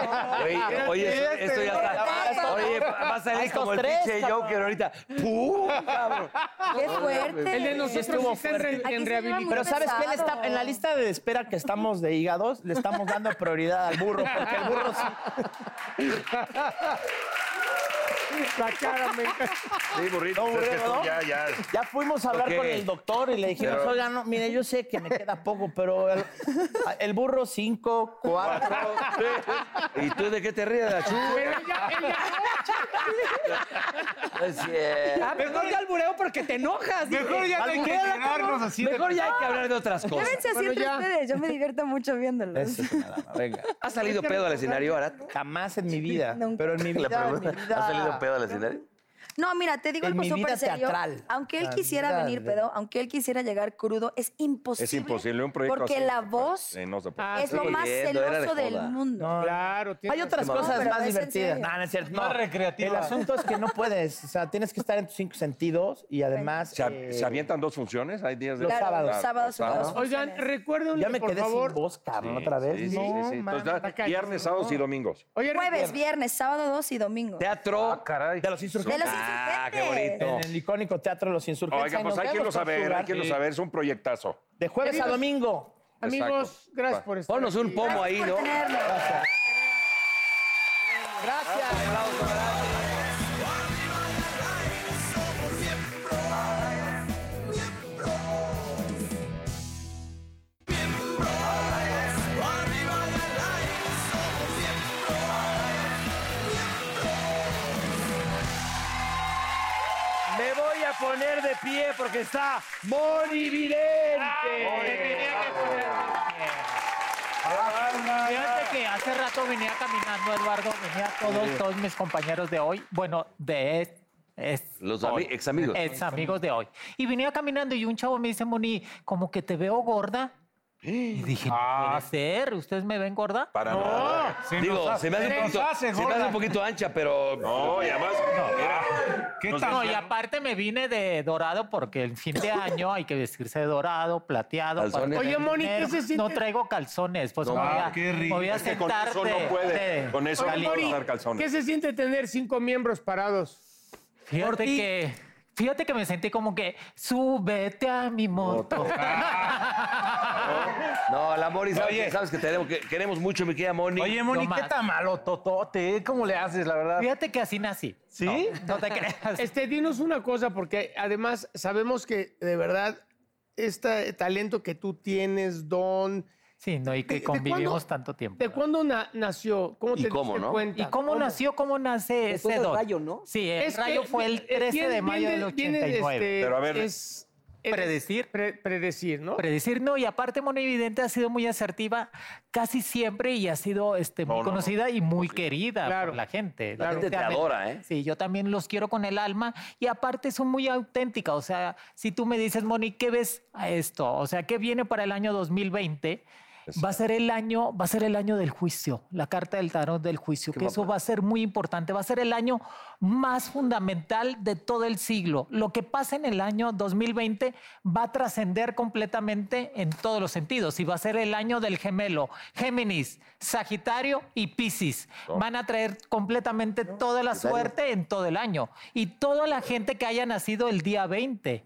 Oye, oye, esto, esto ya está. Oye, va a salir Estos como el tres, pinche cabrón. Joker ahorita. ¡Pum! cabrón! ¡Qué fuerte! El de nosotros sí está en, Aquí re- se en llevan rehabilitación. muy Pero ¿sabes qué? Le está, pesado. en la lista de espera que estamos de hígados, le estamos dando prioridad al burro, porque el burro sí. La cara me encanta. Sí, burrito, No, es que burrero, tú ¿no? ya, ya. Ya fuimos a hablar Ok. con el doctor y le dijimos, Pero- oiga, no, mire, yo sé que me queda poco, pero el, el burro 5, 4. ¿Y tú de qué te ríes, Chu? Pero ya, él ya- No es cierto. Ah, mejor ya albureo porque te enojas. Mejor dije. ya no hay que Albureala, llenarnos cabrón. así de... Mejor ya hay que hablar de otras cosas. Llévense así Bueno, entre ya. ustedes, yo me divierto mucho viéndolos. Eso es nada, más, venga. ¿Has salido pedo al escenario, Arat? Jamás en mi vida, Nunca. pero en mi vida, La en mi pregunta, vida. ¿has salido pedo al escenario? No, mira, te digo En algo mi vida súper serio. teatral. Aunque él La quisiera vida venir de- pedo, aunque él quisiera llegar crudo, es imposible. Es imposible un proyecto Porque así, la no, voz sí, no se puede. Ah, es lo estoy más oyendo, era de celoso del joda. mundo. No, Claro, tiene Hay otras cosas pero más es en divertidas. serio. No, no es cierto. Más no. recreativa. El asunto es que no puedes. O sea, tienes que estar en tus cinco sentidos y además. ¿Se, eh, se avientan dos funciones? Hay días de... Los Claro, sábados. los sábados Los son sábados. dos Oigan, funciones. recuérdenle, ya me por quedé favor. sin voz, cabrón, Sí, otra vez. sí, sí, no, sí, sí. mames. Entonces, da- Acá, viernes, sábados y domingos. Oigan, Jueves, viernes, sábado 2 y domingo. Teatro. De los insurgentes. De los Ah, qué insurgentes. bonito. En el icónico Teatro de los Insurgentes. Oiga, Ahí pues nos hay que vemos lo con su saber, hay lugar. que lo saber. Es un proyectazo. De jueves a domingo. amigos, Exacto. gracias Va. por estar. Ponos un pomo ahí, Por ¿no? tenerlo. Ah, Me voy a poner de pie porque está Moni Vidente. Fíjate que hace rato venía caminando, Eduardo, venía todos, todos mis compañeros de hoy, bueno, de es- es- Los ami- ex amigos. Eh, Ex amigos de hoy. Y venía caminando y un chavo me dice, Moni, como que te veo gorda. Y dije, no Ah. puede ser, ¿ustedes me ven gorda? Para nada. se Digo, nos hace- se me hace se un nos poquito, hace se me hace gorda. un poquito ancha, pero. No, y además. ¿Qué pues, No sé. tal? No, y aparte me vine de dorado porque el fin de año hay que vestirse de dorado, plateado. para Calzones. tener Oye, Moni, ¿qué dinero. se siente? No traigo calzones, pues me, voy a, qué rico. me voy a Es que con sentar eso de- no puede. de- Con eso Oye, pues, no Moni, puede usar ¿Qué calzones. se siente tener cinco miembros parados? Fíjate Por ti. que, fíjate que me sentí como que, súbete a mi moto. No, la Moni, sabes, Oye. sabes que tenemos que- queremos mucho, mi querida Moni. Oye, No Moni, más. qué tan malo, totote. ¿eh? ¿Cómo le haces, la verdad? Fíjate que así nací. ¿Sí? No te creas. Este, dinos una cosa, porque además sabemos que de verdad este talento que tú tienes, don... Sí, no, y ¿de- que de convivimos cuándo- tanto tiempo. ¿De cuándo na- nació? ¿Cómo ¿Y te cómo, diste no? cuenta? ¿Y cómo, nació? ¿Cómo nace Después ese del don? rayo, ¿no? Sí, el Es que rayo fue el vi- 13 de viene- mayo del viene- 89. viene, este, Pero a ver- es- es- Predecir. pre- predecir, ¿no? predecir, no, y aparte Moni Vidente ha sido muy asertiva casi siempre y ha sido este, muy No, no, conocida y muy querida Claro. por la gente. La gente te Realmente. adora, ¿eh? Sí, yo también los quiero con el alma y aparte son muy auténticas, o sea, si tú me dices, Moni, ¿qué ves a esto? O sea, ¿qué viene para el año 2020? Va a ser el año, va a ser el año del juicio, la carta del tarot del juicio, que eso va a ser muy importante, va a ser el año más fundamental de todo el siglo. Lo que pasa en el año 2020 va a trascender completamente en todos los sentidos y va a ser el año del gemelo, Géminis, Sagitario y Piscis. Van a traer completamente toda la suerte en todo el año y toda la gente que haya nacido el día 20.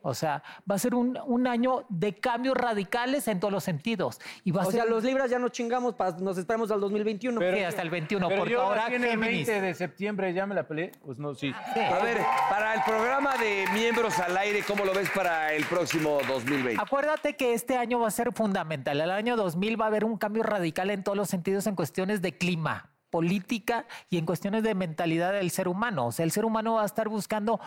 O sea, va a ser un, un año de cambios radicales en todos los sentidos. Y va a O ser sea, los libras ya nos chingamos, pa- nos esperamos al 2021. sí, hasta el 21, Pero porque yo ahora ahora en el Géminis. 20 de septiembre ya me la peleé. Pues no, sí. Sí. A ver, para el programa de Miembros al Aire, ¿cómo lo ves para el próximo 2020? Acuérdate que este año va a ser fundamental. El año 2000 va a haber un cambio radical en todos los sentidos en cuestiones de clima política y en cuestiones de mentalidad del ser humano. O sea, el ser humano va a estar buscando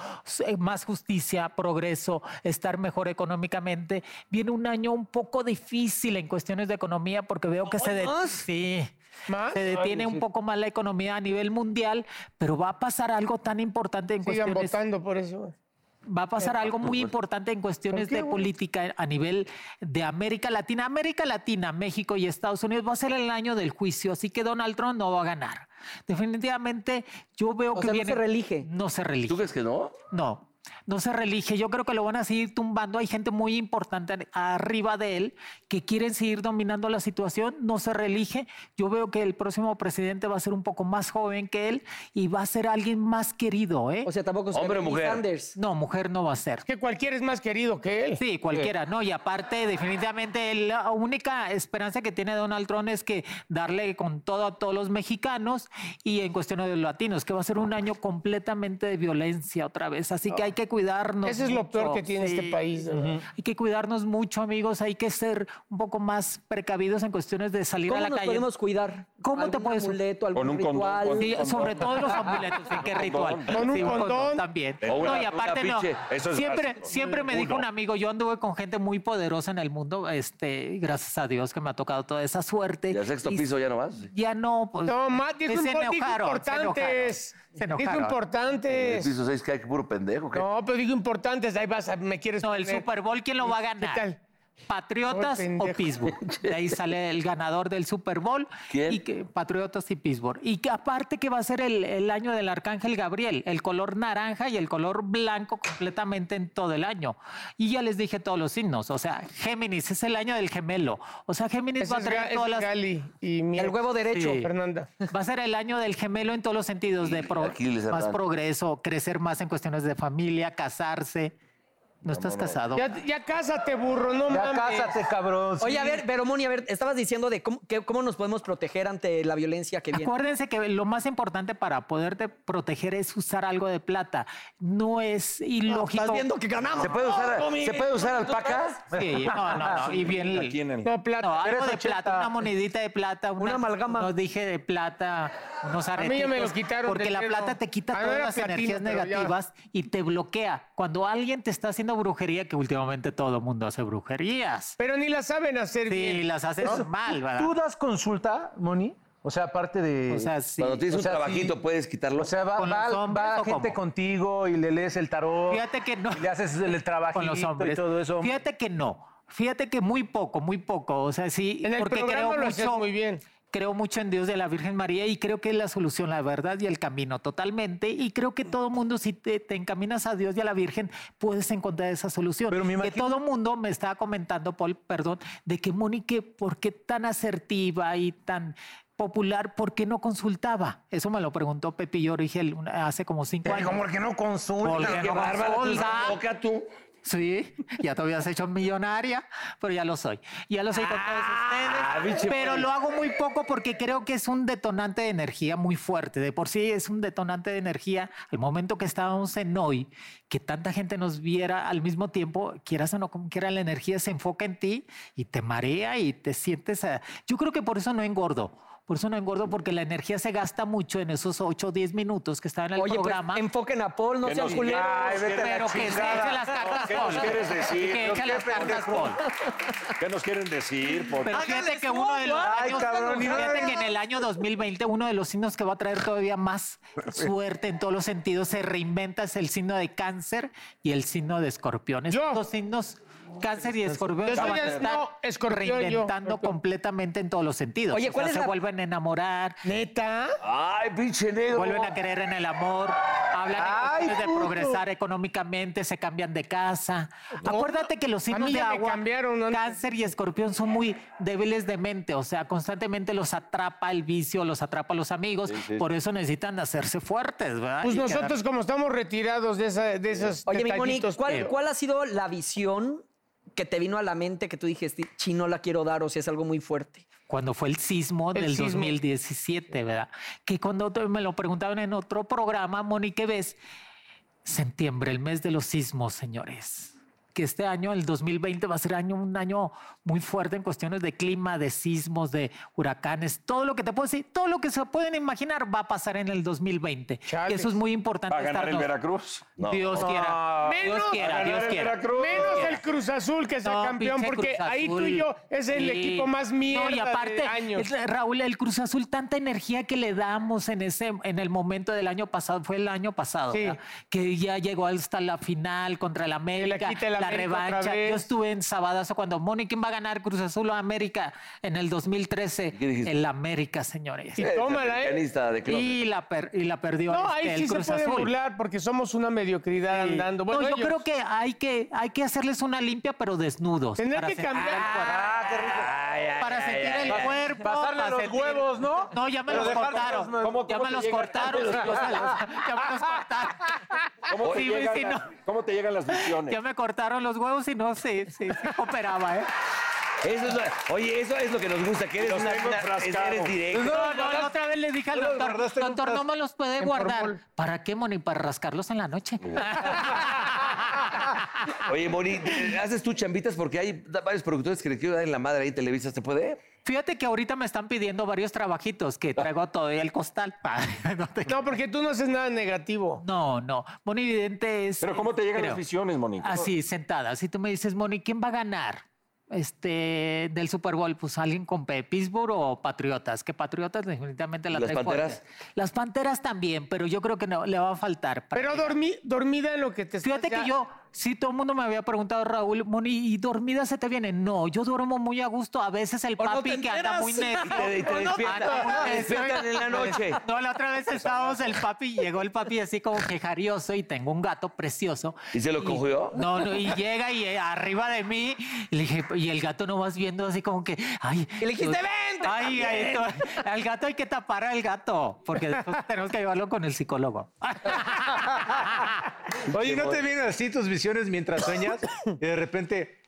eh, más justicia, progreso, estar mejor económicamente. Viene un año un poco difícil en cuestiones de economía porque veo que se... de- Sí. ¿Más? Se detiene un poco más la economía a nivel mundial, pero va a pasar algo tan importante en Sigan cuestiones votando por eso. va a pasar algo muy importante en cuestiones de política a nivel de América Latina. América Latina, México y Estados Unidos va a ser el año del juicio, así que Donald Trump no va a ganar. Definitivamente yo veo O que sea, no viene- se reelige. No se reelige. ¿Tú crees que no? No, no se reelige. Yo creo que lo van a seguir tumbando. Hay gente muy importante ar- arriba de él que quieren seguir dominando la situación. No se reelige. Yo veo que el próximo presidente va a ser un poco más joven que él y va a ser alguien más querido. ¿eh? O sea, tampoco es Hombre o Bernie mujer. Sanders. no, mujer no va a ser. Es que cualquiera es más querido que él. Sí, cualquiera, ¿no? Y aparte, definitivamente, la única esperanza que tiene Donald Trump es que darle con todo a todos los mexicanos y en cuestión de los latinos, que va a ser un año completamente de violencia otra vez. Así que hay que cuidarnos. Eso es lo peor que tiene este país, de verdad. Hay que cuidarnos mucho, amigos. Hay que ser un poco más precavidos en cuestiones de salir ¿Cómo a la nos calle. podemos cuidar? ¿Cómo te ¿Algún puedes- amuleto, algún Con un condón, ritual? con- Sí, sobre todo los amuletos, ¿en qué ritual? Con un Sí, condón. también. O una- no, y aparte una no. pinche- eso es siempre, básico. siempre me dijo un amigo, yo anduve con gente muy poderosa en el mundo, este, y gracias a Dios que me ha tocado toda esa suerte. ¿Y al sexto Y piso ya no vas? Ya no, pues. No, más, dijo, se impo- dijo enojaron, importantes. Se enojaron. Se Dijo enojaron. El importantes. piso 6 que hay que puro pendejo. ¿qué? No, pero digo importantes. Ahí vas, a- me quieres No, el poner. Super Bowl, ¿quién lo va a ganar? ¿Qué tal? ¿Patriotas Ay, o pendejo. Pittsburgh? De ahí sale el ganador del Super Bowl. ¿Quién? Y que, Patriotas y Pittsburgh. Y que aparte que va a ser el, el año del Arcángel Gabriel, el color naranja y el color blanco completamente en todo el año. Y ya les dije todos los signos. O sea, Géminis es el año del gemelo. O sea, Géminis Ese va a es Ga- traer ese todas es las... Gali y mi- El huevo derecho. Sí. Fernanda. Va a ser el año del gemelo en todos los sentidos, de pro- Aquiles, más Hernán. progreso, crecer más en cuestiones de familia, casarse. No estás casado. Ya, ya cásate, burro, no Ya mames. cásate, cabrón. Oye, a sí. ver, pero Moni, a ver, estabas diciendo de cómo, que- cómo nos podemos proteger ante la violencia que viene. Acuérdense que lo más importante para poderte proteger es usar algo de plata. No Ah, es ilógico. Estás viendo que ganamos. ¿Se puede usar, No, mi- ¿se puede usar alpaca? Sí, no, no, no. Y bien. Aquí en el- No, plata. No, algo de 3.80. plata, una monedita de plata, una, Una amalgama. Nos dije de plata, unos mí ya aretitos, me lo quitaron Porque del la dedo. plata te quita Ah, no todas era las platino, energías pero ya. negativas y te bloquea. Cuando alguien te está haciendo haciendo brujería que últimamente todo el mundo hace brujerías. Pero ni las saben hacer bien. Sí, las hacen Eso- mal, ¿verdad? ¿Tú das consulta, Moni? O sea, aparte de. Ah. O sea, sí. Cuando tienes O sea, un trabajito, ¿puedes quitarlo? O sea, va, ¿Con va- los hombres va o gente cómo? contigo y le lees el tarot. Fíjate que no. y le haces el trabajito con los hombres. y todo eso. Fíjate que no. Fíjate que muy poco, muy poco. O sea, sí, En el porque programa creo lo haces mucho, muy bien. creo mucho en Dios de la Virgen María y creo que es la solución, la verdad y el camino totalmente. Y creo que todo mundo, si te, te encaminas a Dios y a la Virgen, puedes encontrar esa solución. Pero me Que imagino- todo mundo me estaba comentando, Paul, perdón, de que Mónica, ¿por qué tan asertiva y tan popular? ¿Por qué no consultaba? Eso me lo preguntó Pepillo Origel una- hace como cinco años. Como que no consulta. ¿Por qué no consulta? tú. Sí, ya te habías hecho millonaria, pero ya lo soy. Ya lo soy con todos ustedes. Pero lo hago muy poco porque creo que es un detonante de energía muy fuerte. De por sí es un detonante de energía. El momento que estábamos en hoy, que tanta gente nos viera al mismo tiempo, quieras o no, como quiera, la energía se enfoca en ti y te marea y te sientes. a- Yo creo que por eso no engordo. Por eso no engordo, porque la energía se gasta mucho en esos 8 o 10 minutos que estaba en el Oye, pues, programa. enfoquen a Paul, no Que sean nos- culeros. Ay, vete a la pero que se eche chingada. las cartas ¿Qué Paul. nos quieres decir? Que eche las cartas Paul. ¿Qué nos quieren decir? Por- Pero fíjate que uno de los Ay, años, cabrón, ni fíjate nada. que en el año 2020 uno de los signos que va a traer todavía más suerte en todos los sentidos se reinventa es el signo de cáncer y el signo de escorpión. Estos dos signos cáncer y escorpión Yo se soy van a de- estar no, escorpión, yo. reinventando completamente en todos los sentidos. Oye, O ¿cuál sea, es se la- vuelven a enamorar, Neta. Ay, pinche negro. vuelven a creer en el amor, hablan en Ay, cuestiones de puto. progresar económicamente, se cambian de casa. Acuérdate que los signos mí de ya me agua, cambiaron, ¿no? cáncer y escorpión son muy débiles de mente, o sea, constantemente los atrapa el vicio, los atrapa los amigos, por eso necesitan hacerse fuertes, ¿verdad? Pues Y nosotros, como estamos retirados de, esa, de esos Oye, mi Moni, detallitos, ¿cuál, pero- cuál ha sido la visión que te vino a la mente que tú dijiste, chino la quiero dar o si es algo muy fuerte? cuando fue el sismo El del sismo. 2017, ¿verdad? Que cuando otro- me lo preguntaban en otro programa, Moni, ¿qué ves? Septiembre, el mes de los sismos, señores. Que este año, el 2020, va a ser año, un año muy fuerte en cuestiones de clima, de sismos, de huracanes, todo lo que te puedo decir, todo lo que se pueden imaginar va a pasar en el 2020. Chale. Y eso es muy importante. ¿Va a ganar el estarnos- Veracruz? No. Dios quiera. Dios Menos- Va a quiera, ganar Dios el quiera. Veracruz. Menos el Cruz Azul, que es No, el campeón, pinche porque Cruz ahí tú y Azul. yo es el Sí. equipo más mierda No, y aparte, de años. el- Raúl, el Cruz Azul, tanta energía que le damos en ese, en el momento del año pasado, fue el año pasado, Sí. ¿verdad? que ya llegó hasta la final contra el América, quita el la América otra revancha. vez. Yo estuve en Sabadazo cuando Moni, ¿quién va a ganar Cruz Azul o América en el 2013? ¿Qué dijiste? El América, señores. Y tómala, ¿eh? Pianista de closet. Y la, per- y la perdió No, este, ahí el sí se Cruz pueden Azul. burlar porque somos una mediocridad andando. Bueno, no, yo ellos. creo que hay que hay que hacerles una limpia, pero desnudos. Tendrá para Ah, que sentir el cambiar. cuerpo. para sentir el cuerpo. pasarle para los sentir- huevos, ¿no? No, ya me Pero los dejarlos- cortaron. ¿cómo- cómo ya me te los llega? cortaron. los- los- ya me los cortaron. ¿Cómo te, Sí, llegan, sí, la- no. cómo te llegan las visiones? Ya me cortaron los huevos y no sé, sí, sí cooperaba, ¿eh? Eso es lo- oye, eso es lo que nos gusta, que eres, Los una, tengo una- enfrascado. eres directo. No, no, la otra vez le dije al los doctor, guardaste en un doctor, plas- no me los puede en guardar. formol. ¿Para qué, Moni? Para rascarlos en la noche. Oye, Moni, ¿haces tú chambitas? Porque hay da- varios productores que le quiero dar en la madre ahí en Televisa, ¿se puede? Fíjate que ahorita me están pidiendo varios trabajitos que traigo todavía el costal. No, te- No, porque tú no haces nada negativo. no, no. Moni Vidente es... Pero ¿cómo te llegan creo. las visiones, Moni? Así, sentada. Si tú me dices, Moni, ¿quién va a ganar este, del Super Bowl? Pues alguien con P- Pittsburgh o Patriotas. Que Patriotas definitivamente la ¿Las trae fuerte. Panteras? Las Panteras también, pero yo creo que no, le va a faltar. Pero dormi- dormida en lo que te estás Fíjate ya- que yo, si todo el mundo me había preguntado, Raúl, Moni, ¿y dormida se te viene? No, yo duermo muy a gusto. A veces el no papi te que anda muy necio. enteras. Y te- y te anda despierta- muy te necio. despiertan en la noche. No, la otra vez estábamos el papi, llegó el papi así como quejarioso y tengo un gato precioso. ¿Y se lo cogió? No, no, y llega y eh, arriba de mí, y le dije, y el gato no vas viendo así como que, ay. Y le dijiste, tú- "Vente Ay, ay, tú- al gato hay que tapar al gato, porque después tenemos que llevarlo con el psicólogo. Oye, ¿no te vienen así tus visiones mientras sueñas? Y de repente.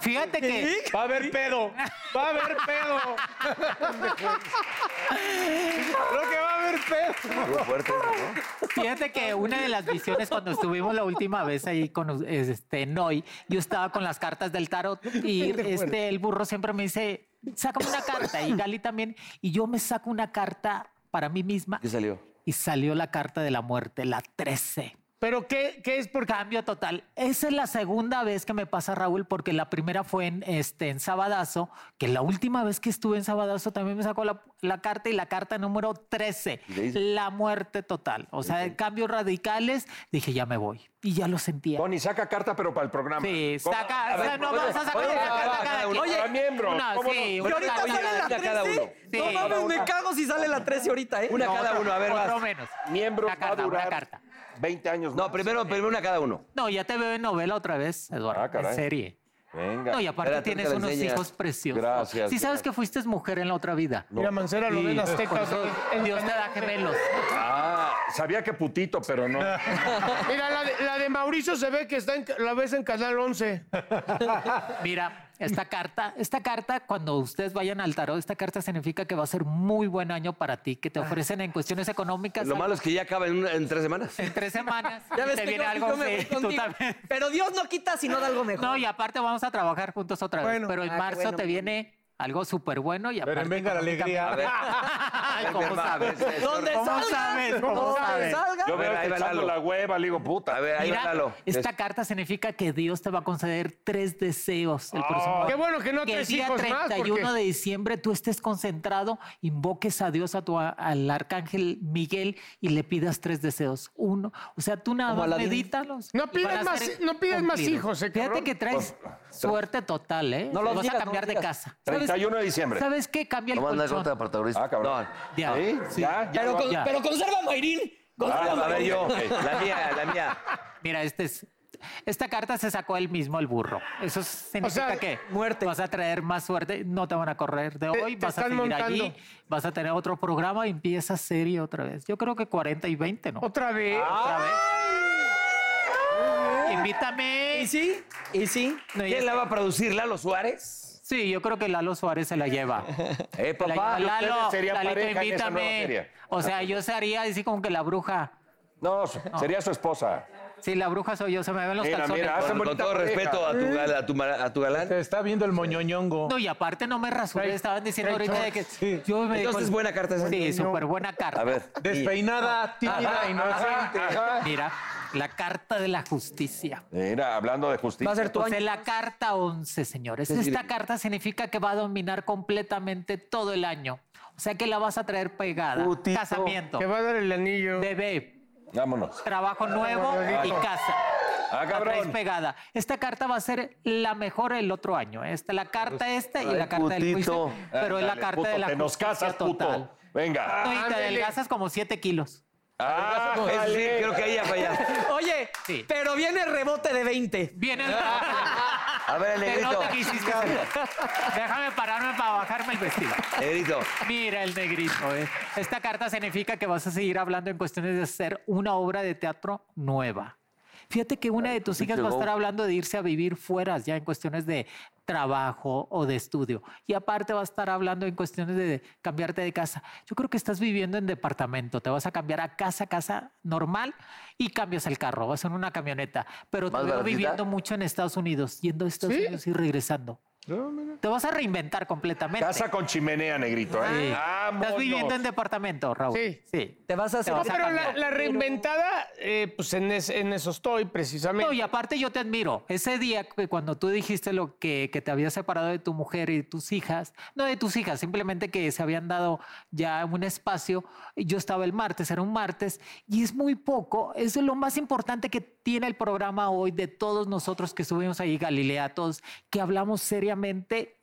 Fíjate que. Va a haber pedo. Va a haber pedo. Creo que va a haber pedo. Estuvo fuerte eso, ¿no? Fíjate que una de las visiones cuando estuvimos la última vez ahí con este Noy, yo estaba con las cartas del tarot y este el burro siempre me dice, "Sácame una carta" y Gali también y yo me saco una carta para mí misma ¿Qué salió? y salió la carta de la muerte, la 13. ¿Pero qué, qué es por Cambio total. Esa es la segunda vez que me pasa, Raúl, porque la primera fue en, este, en Sabadazo, que la última vez que estuve en Sabadazo también me sacó la, la carta y la carta número 13, la muerte total. O sea, cambios radicales, dije, ya me voy. Y ya lo sentía. Tony, saca carta, pero para el programa. Sí, saca, A o sea, ver, no oye, vamos a sacar oye, una va, va, carta cada cada uno, quien. cada miembro, Una, ¿cómo sí, no? una Ahorita cada sale uno. la Una cada 13. uno. Sí. No mames, me cago si sale la 13 ahorita, ¿eh? Una No, cada otra- uno, a ver, otra vas. menos. Miembro Una carta, una carta. 20 años. No, primero, primero una cada uno. No, ya te veo en novela otra vez, Eduardo. Ah, caray. Eh, en serie. Venga. No, y aparte Espérate, tienes ahorita la unos enseñas. hijos preciosos. Gracias, Si sabes gracias. que fuiste mujer en la otra vida. Mira, Mancera lo Sí, ven las tecas. por eso Dios te da gemelos. Ah, sabía que putito, pero no. Mira, la de, la de Mauricio se ve que está en, la ves en Canal 11. Mira, esta carta, esta carta, cuando ustedes vayan al tarot, esta carta significa que va a ser muy buen año para ti, que te ofrecen en cuestiones económicas. Lo malo es que ya acaba en, una- en tres semanas. En tres semanas Ya ves te que viene yo- algo yo me voy sí, tú contigo. también. Pero Dios no quita si no da algo mejor. No, y aparte vamos a trabajar juntos otra vez. Bueno. pero en Ah, qué marzo bueno. te viene algo súper bueno y aparte. venga la alegría. Ay, ¿Cómo sabes? ¿Dónde ¿Cómo salga? sabes? ¿Cómo ¿Dónde sabes? salga? Yo veo ver, ahí que va echando Lalo. la hueva, le digo, puta. A ver, ahí Mira, va Lalo. esta carta significa que Dios te va a conceder tres deseos el próximo Qué año. bueno que no Que el tres día hijos más. 31 Porque... de diciembre tú estés concentrado, invoques a Dios, a tu, a- al arcángel Miguel y le pidas tres deseos. Uno. O sea, tú nada Como más Aladín. medítalos. No y pidas van a más- ser no pidas más cumplidos. hijos, eh, Fíjate cabrón. que traes suerte total, ¿eh? No los Vas digas, a no cambiar los de digas. casa. ¿Sabes- 31 de diciembre. ¿Sabes qué? Cambia el No mandas colchón. nota de protagonista. Ah, cabrón. No. Ya. ¿Sí? Ya, ya. Pero, con- Ya. pero conserva a Mayrín. Conserva Ah, a a ver Mayrín. yo. La mía, la mía. Mira, este es- esta carta se sacó él mismo el burro. Eso significa sea, que muerte. vas a traer más suerte, no te van a correr de Te- hoy, te vas a están seguir montando. allí, vas a tener otro programa y empieza serie otra vez. Yo creo que 40 y 20, ¿no? Ah, Otra vez. Otra vez. Invítame. ¿Y sí? ¿Y sí? No, ya- ¿Quién la va a producir? ¿Lalo Suárez? Sí, yo creo que Lalo Suárez se la lleva. Eh, Se la papá. lleva ustedes Lalo, serían Lalito, pareja en esa nueva invítame. serie. O sea, yo sería así como que la bruja. No, su- sería su esposa. Sí, la bruja soy yo, se me ven los Mira, calzones. mira, hacen Ah, Con, con bonita todo pareja. respeto a tu, gal- a tu, ma- a tu galán. Te está viendo el moñoñongo. No, y aparte no me rasuré, estaban diciendo ahorita de que yo me Entonces, con- buena carta esa. Sí, súper buena carta. A ver. Ah, Despeinada, tímida, inocente. Mira, la carta de la justicia. Mira, hablando de justicia. O sea, la carta 11, señores. Esta carta significa que va a dominar completamente todo el año. O sea que la vas a traer pegada. Casamiento, Te va a dar el anillo. bebé, Vámonos. trabajo nuevo y casa. Ah, La traes cabrón. pegada. Esta carta va a ser la mejor el otro año. Esta, la carta esta y la carta del juicio. Pero es la Ándale, carta puto, de la Te nos justicia casas, total. puto. Venga. No, y te Ándele. adelgazas como 7 kilos. Ah, Eso sí, dale. creo que ahí ya fallaste. Oye, Sí. pero viene el rebote de 20. Viene el A ver, el Te negrito. nota que hiciste. Déjame pararme para bajarme el vestido. Negrito. Mira el negrito. eh. Esta carta significa que vas a seguir hablando en cuestiones de hacer una obra de teatro nueva. Fíjate que una de tus hijas va a estar hablando de irse a vivir fuera, ya en cuestiones de trabajo o de estudio. Y aparte va a estar hablando en cuestiones de cambiarte de casa. Yo creo que estás viviendo en departamento, te vas a cambiar a casa, casa normal y cambias el carro, vas en una camioneta. Pero te ¿Más veo baratita? viviendo mucho en Estados Unidos, yendo a Estados Unidos y regresando. Te vas a reinventar completamente. Casa con chimenea, negrito. Sí. ¿eh? Estás Vámonos. viviendo en departamento, Raúl. Sí. Te vas a hacer. No, No, vas a pero la, cambiar. la reinventada, eh, pues en, es- en eso estoy No, precisamente. y aparte yo te admiro. Ese día que cuando tú dijiste lo que, que te habías separado de tu mujer y de tus hijas, no de tus hijas, simplemente que se habían dado ya un espacio, y yo estaba el martes, era un martes, y es muy poco, eso es lo más importante que tiene el programa hoy de todos nosotros que estuvimos ahí, Galilea, todos, que hablamos seriamente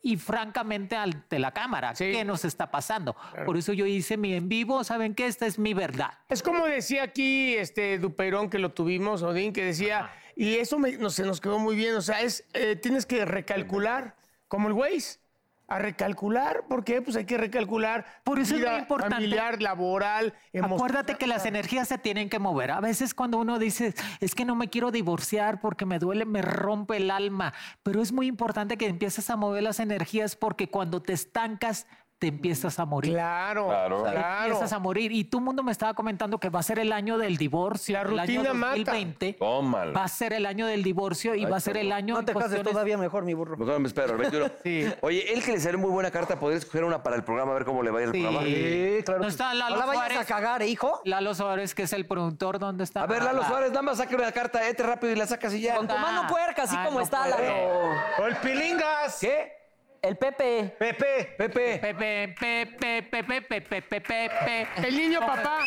y francamente ante la cámara, Sí. qué nos está pasando. Por eso yo hice mi en vivo, ¿saben qué? Esta es mi verdad. Es como decía aquí este Duperón que lo tuvimos, Odín, que decía, y eso me- no, se nos quedó muy bien, o sea, es, eh, tienes que recalcular, como el Waze, a recalcular, porque pues hay que recalcular. Por eso es muy importante. Familiar, laboral, emocional. Acuérdate que las energías se tienen que mover. A veces cuando uno dice, es que no me quiero divorciar porque me duele, me rompe el alma, pero es muy importante que empieces a mover las energías porque cuando te estancas, te te empiezas a morir. Claro, Claro. Te claro. Empiezas a morir. Y todo el mundo me estaba comentando que va a ser el año del divorcio. La el año rutina mata. 2020 Tómalo. va a ser el año del divorcio y Ay, va a ser cabrón. el año. No en te cases cuestiones- todavía mejor, mi burro. No me espero, el 21. Oye, él que le salió muy buena carta, podría escoger una para el programa, a ver cómo le va a ir el Sí. programa. ¿No está Lalo No la vayas Suárez? a cagar, ¿eh, hijo. Lalo Suárez, que es el productor, ¿dónde está? A ver, Lalo Ah, Suárez, nada más saque una carta, este rápido y la sacas y ya. Con tu mano puerca, así Ah, como no está, puede. Lalo. O el pilingas. ¿Qué? El Pepe. Pepe. Pepe. Pepe, Pepe, Pepe, Pepe, Pepe, Pepe. El niño papá.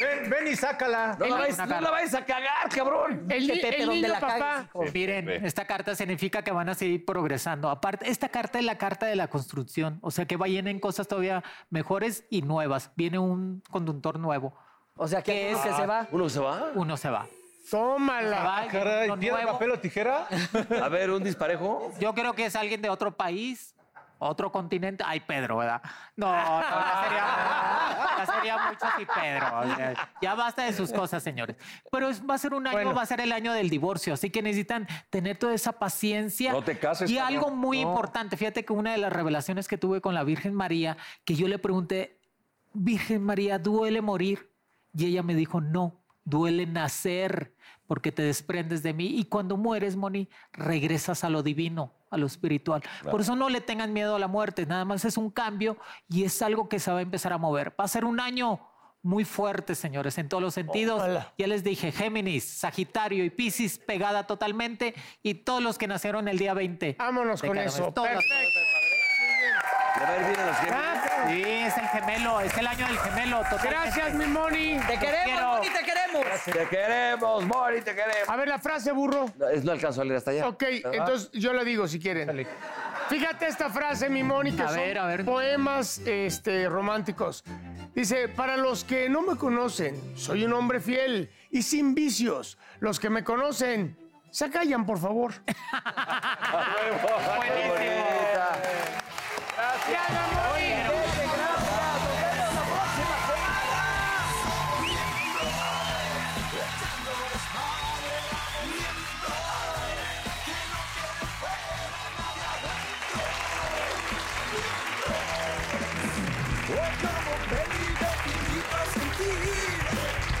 Ven, ven y sácala. No la vayas- no la vayas a cagar, cabrón. El, Pepe, el donde niño la papá. cagues, hijo. Miren, Pepe. esta carta significa que van a seguir progresando. Aparte, esta carta es la carta de la construcción. O sea, que vienen cosas todavía mejores y nuevas. Viene un conductor nuevo. O sea, que es uno que se va. ¿Uno se va? Uno se va. Tómala. Ah, caray, ¿piedra, papel o tijera? A ver, un disparejo. Yo creo que es alguien de otro país, otro continente. Ay, Pedro, ¿verdad? No, no, ya sería, ya sería mucho si Pedro. o sea, ya basta de sus cosas, señores. Pero es- va a ser un año, Bueno. va a ser el año del divorcio. Así que necesitan tener toda esa paciencia. No te cases, Y cabrón. algo muy No. importante. Fíjate que una de las revelaciones que tuve con la Virgen María, que yo le pregunté, Virgen María, ¿duele morir? Y ella me dijo, no, duele nacer porque te desprendes de mí y cuando mueres, Moni, regresas a lo divino, a lo espiritual. Por eso no le tengan miedo a la muerte, nada más es un cambio y es algo que se va a empezar a mover. Va a ser un año muy fuerte, señores, en todos los sentidos. Ya les dije, Géminis, Sagitario y Piscis pegada totalmente y todos los que nacieron el día 20. Vámonos de con cada eso. mes, todos. Perfecto. Le va a ir bien a los Gracias. Sí, es el gemelo, es el año del gemelo. totalmente. Gracias, mi Moni. Te Los queremos, quiero. Moni, te queremos. Te queremos, Mori, te queremos. A ver la frase, burro. No, es- no alcanzó a leer hasta allá. Ah. Ok, entonces yo la digo si quieren. Fíjate esta frase, mi Mónica. A son ver, a ver. Poemas este, románticos. Dice, para los que no me conocen, soy un hombre fiel y sin vicios. Los que me conocen, se callan, por favor.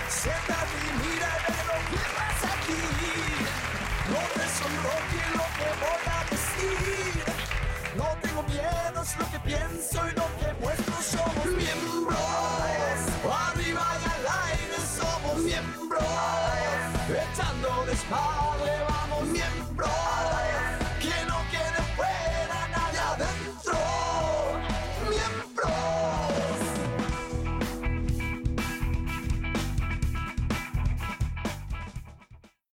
Siéntate y mira de lo que pasa aquí. No te sonroje lo que voy a decir. No tengo miedo, es lo que pienso y lo que muestro. Somos miembros. Arriba y al aire somos miembros. Echando de espalda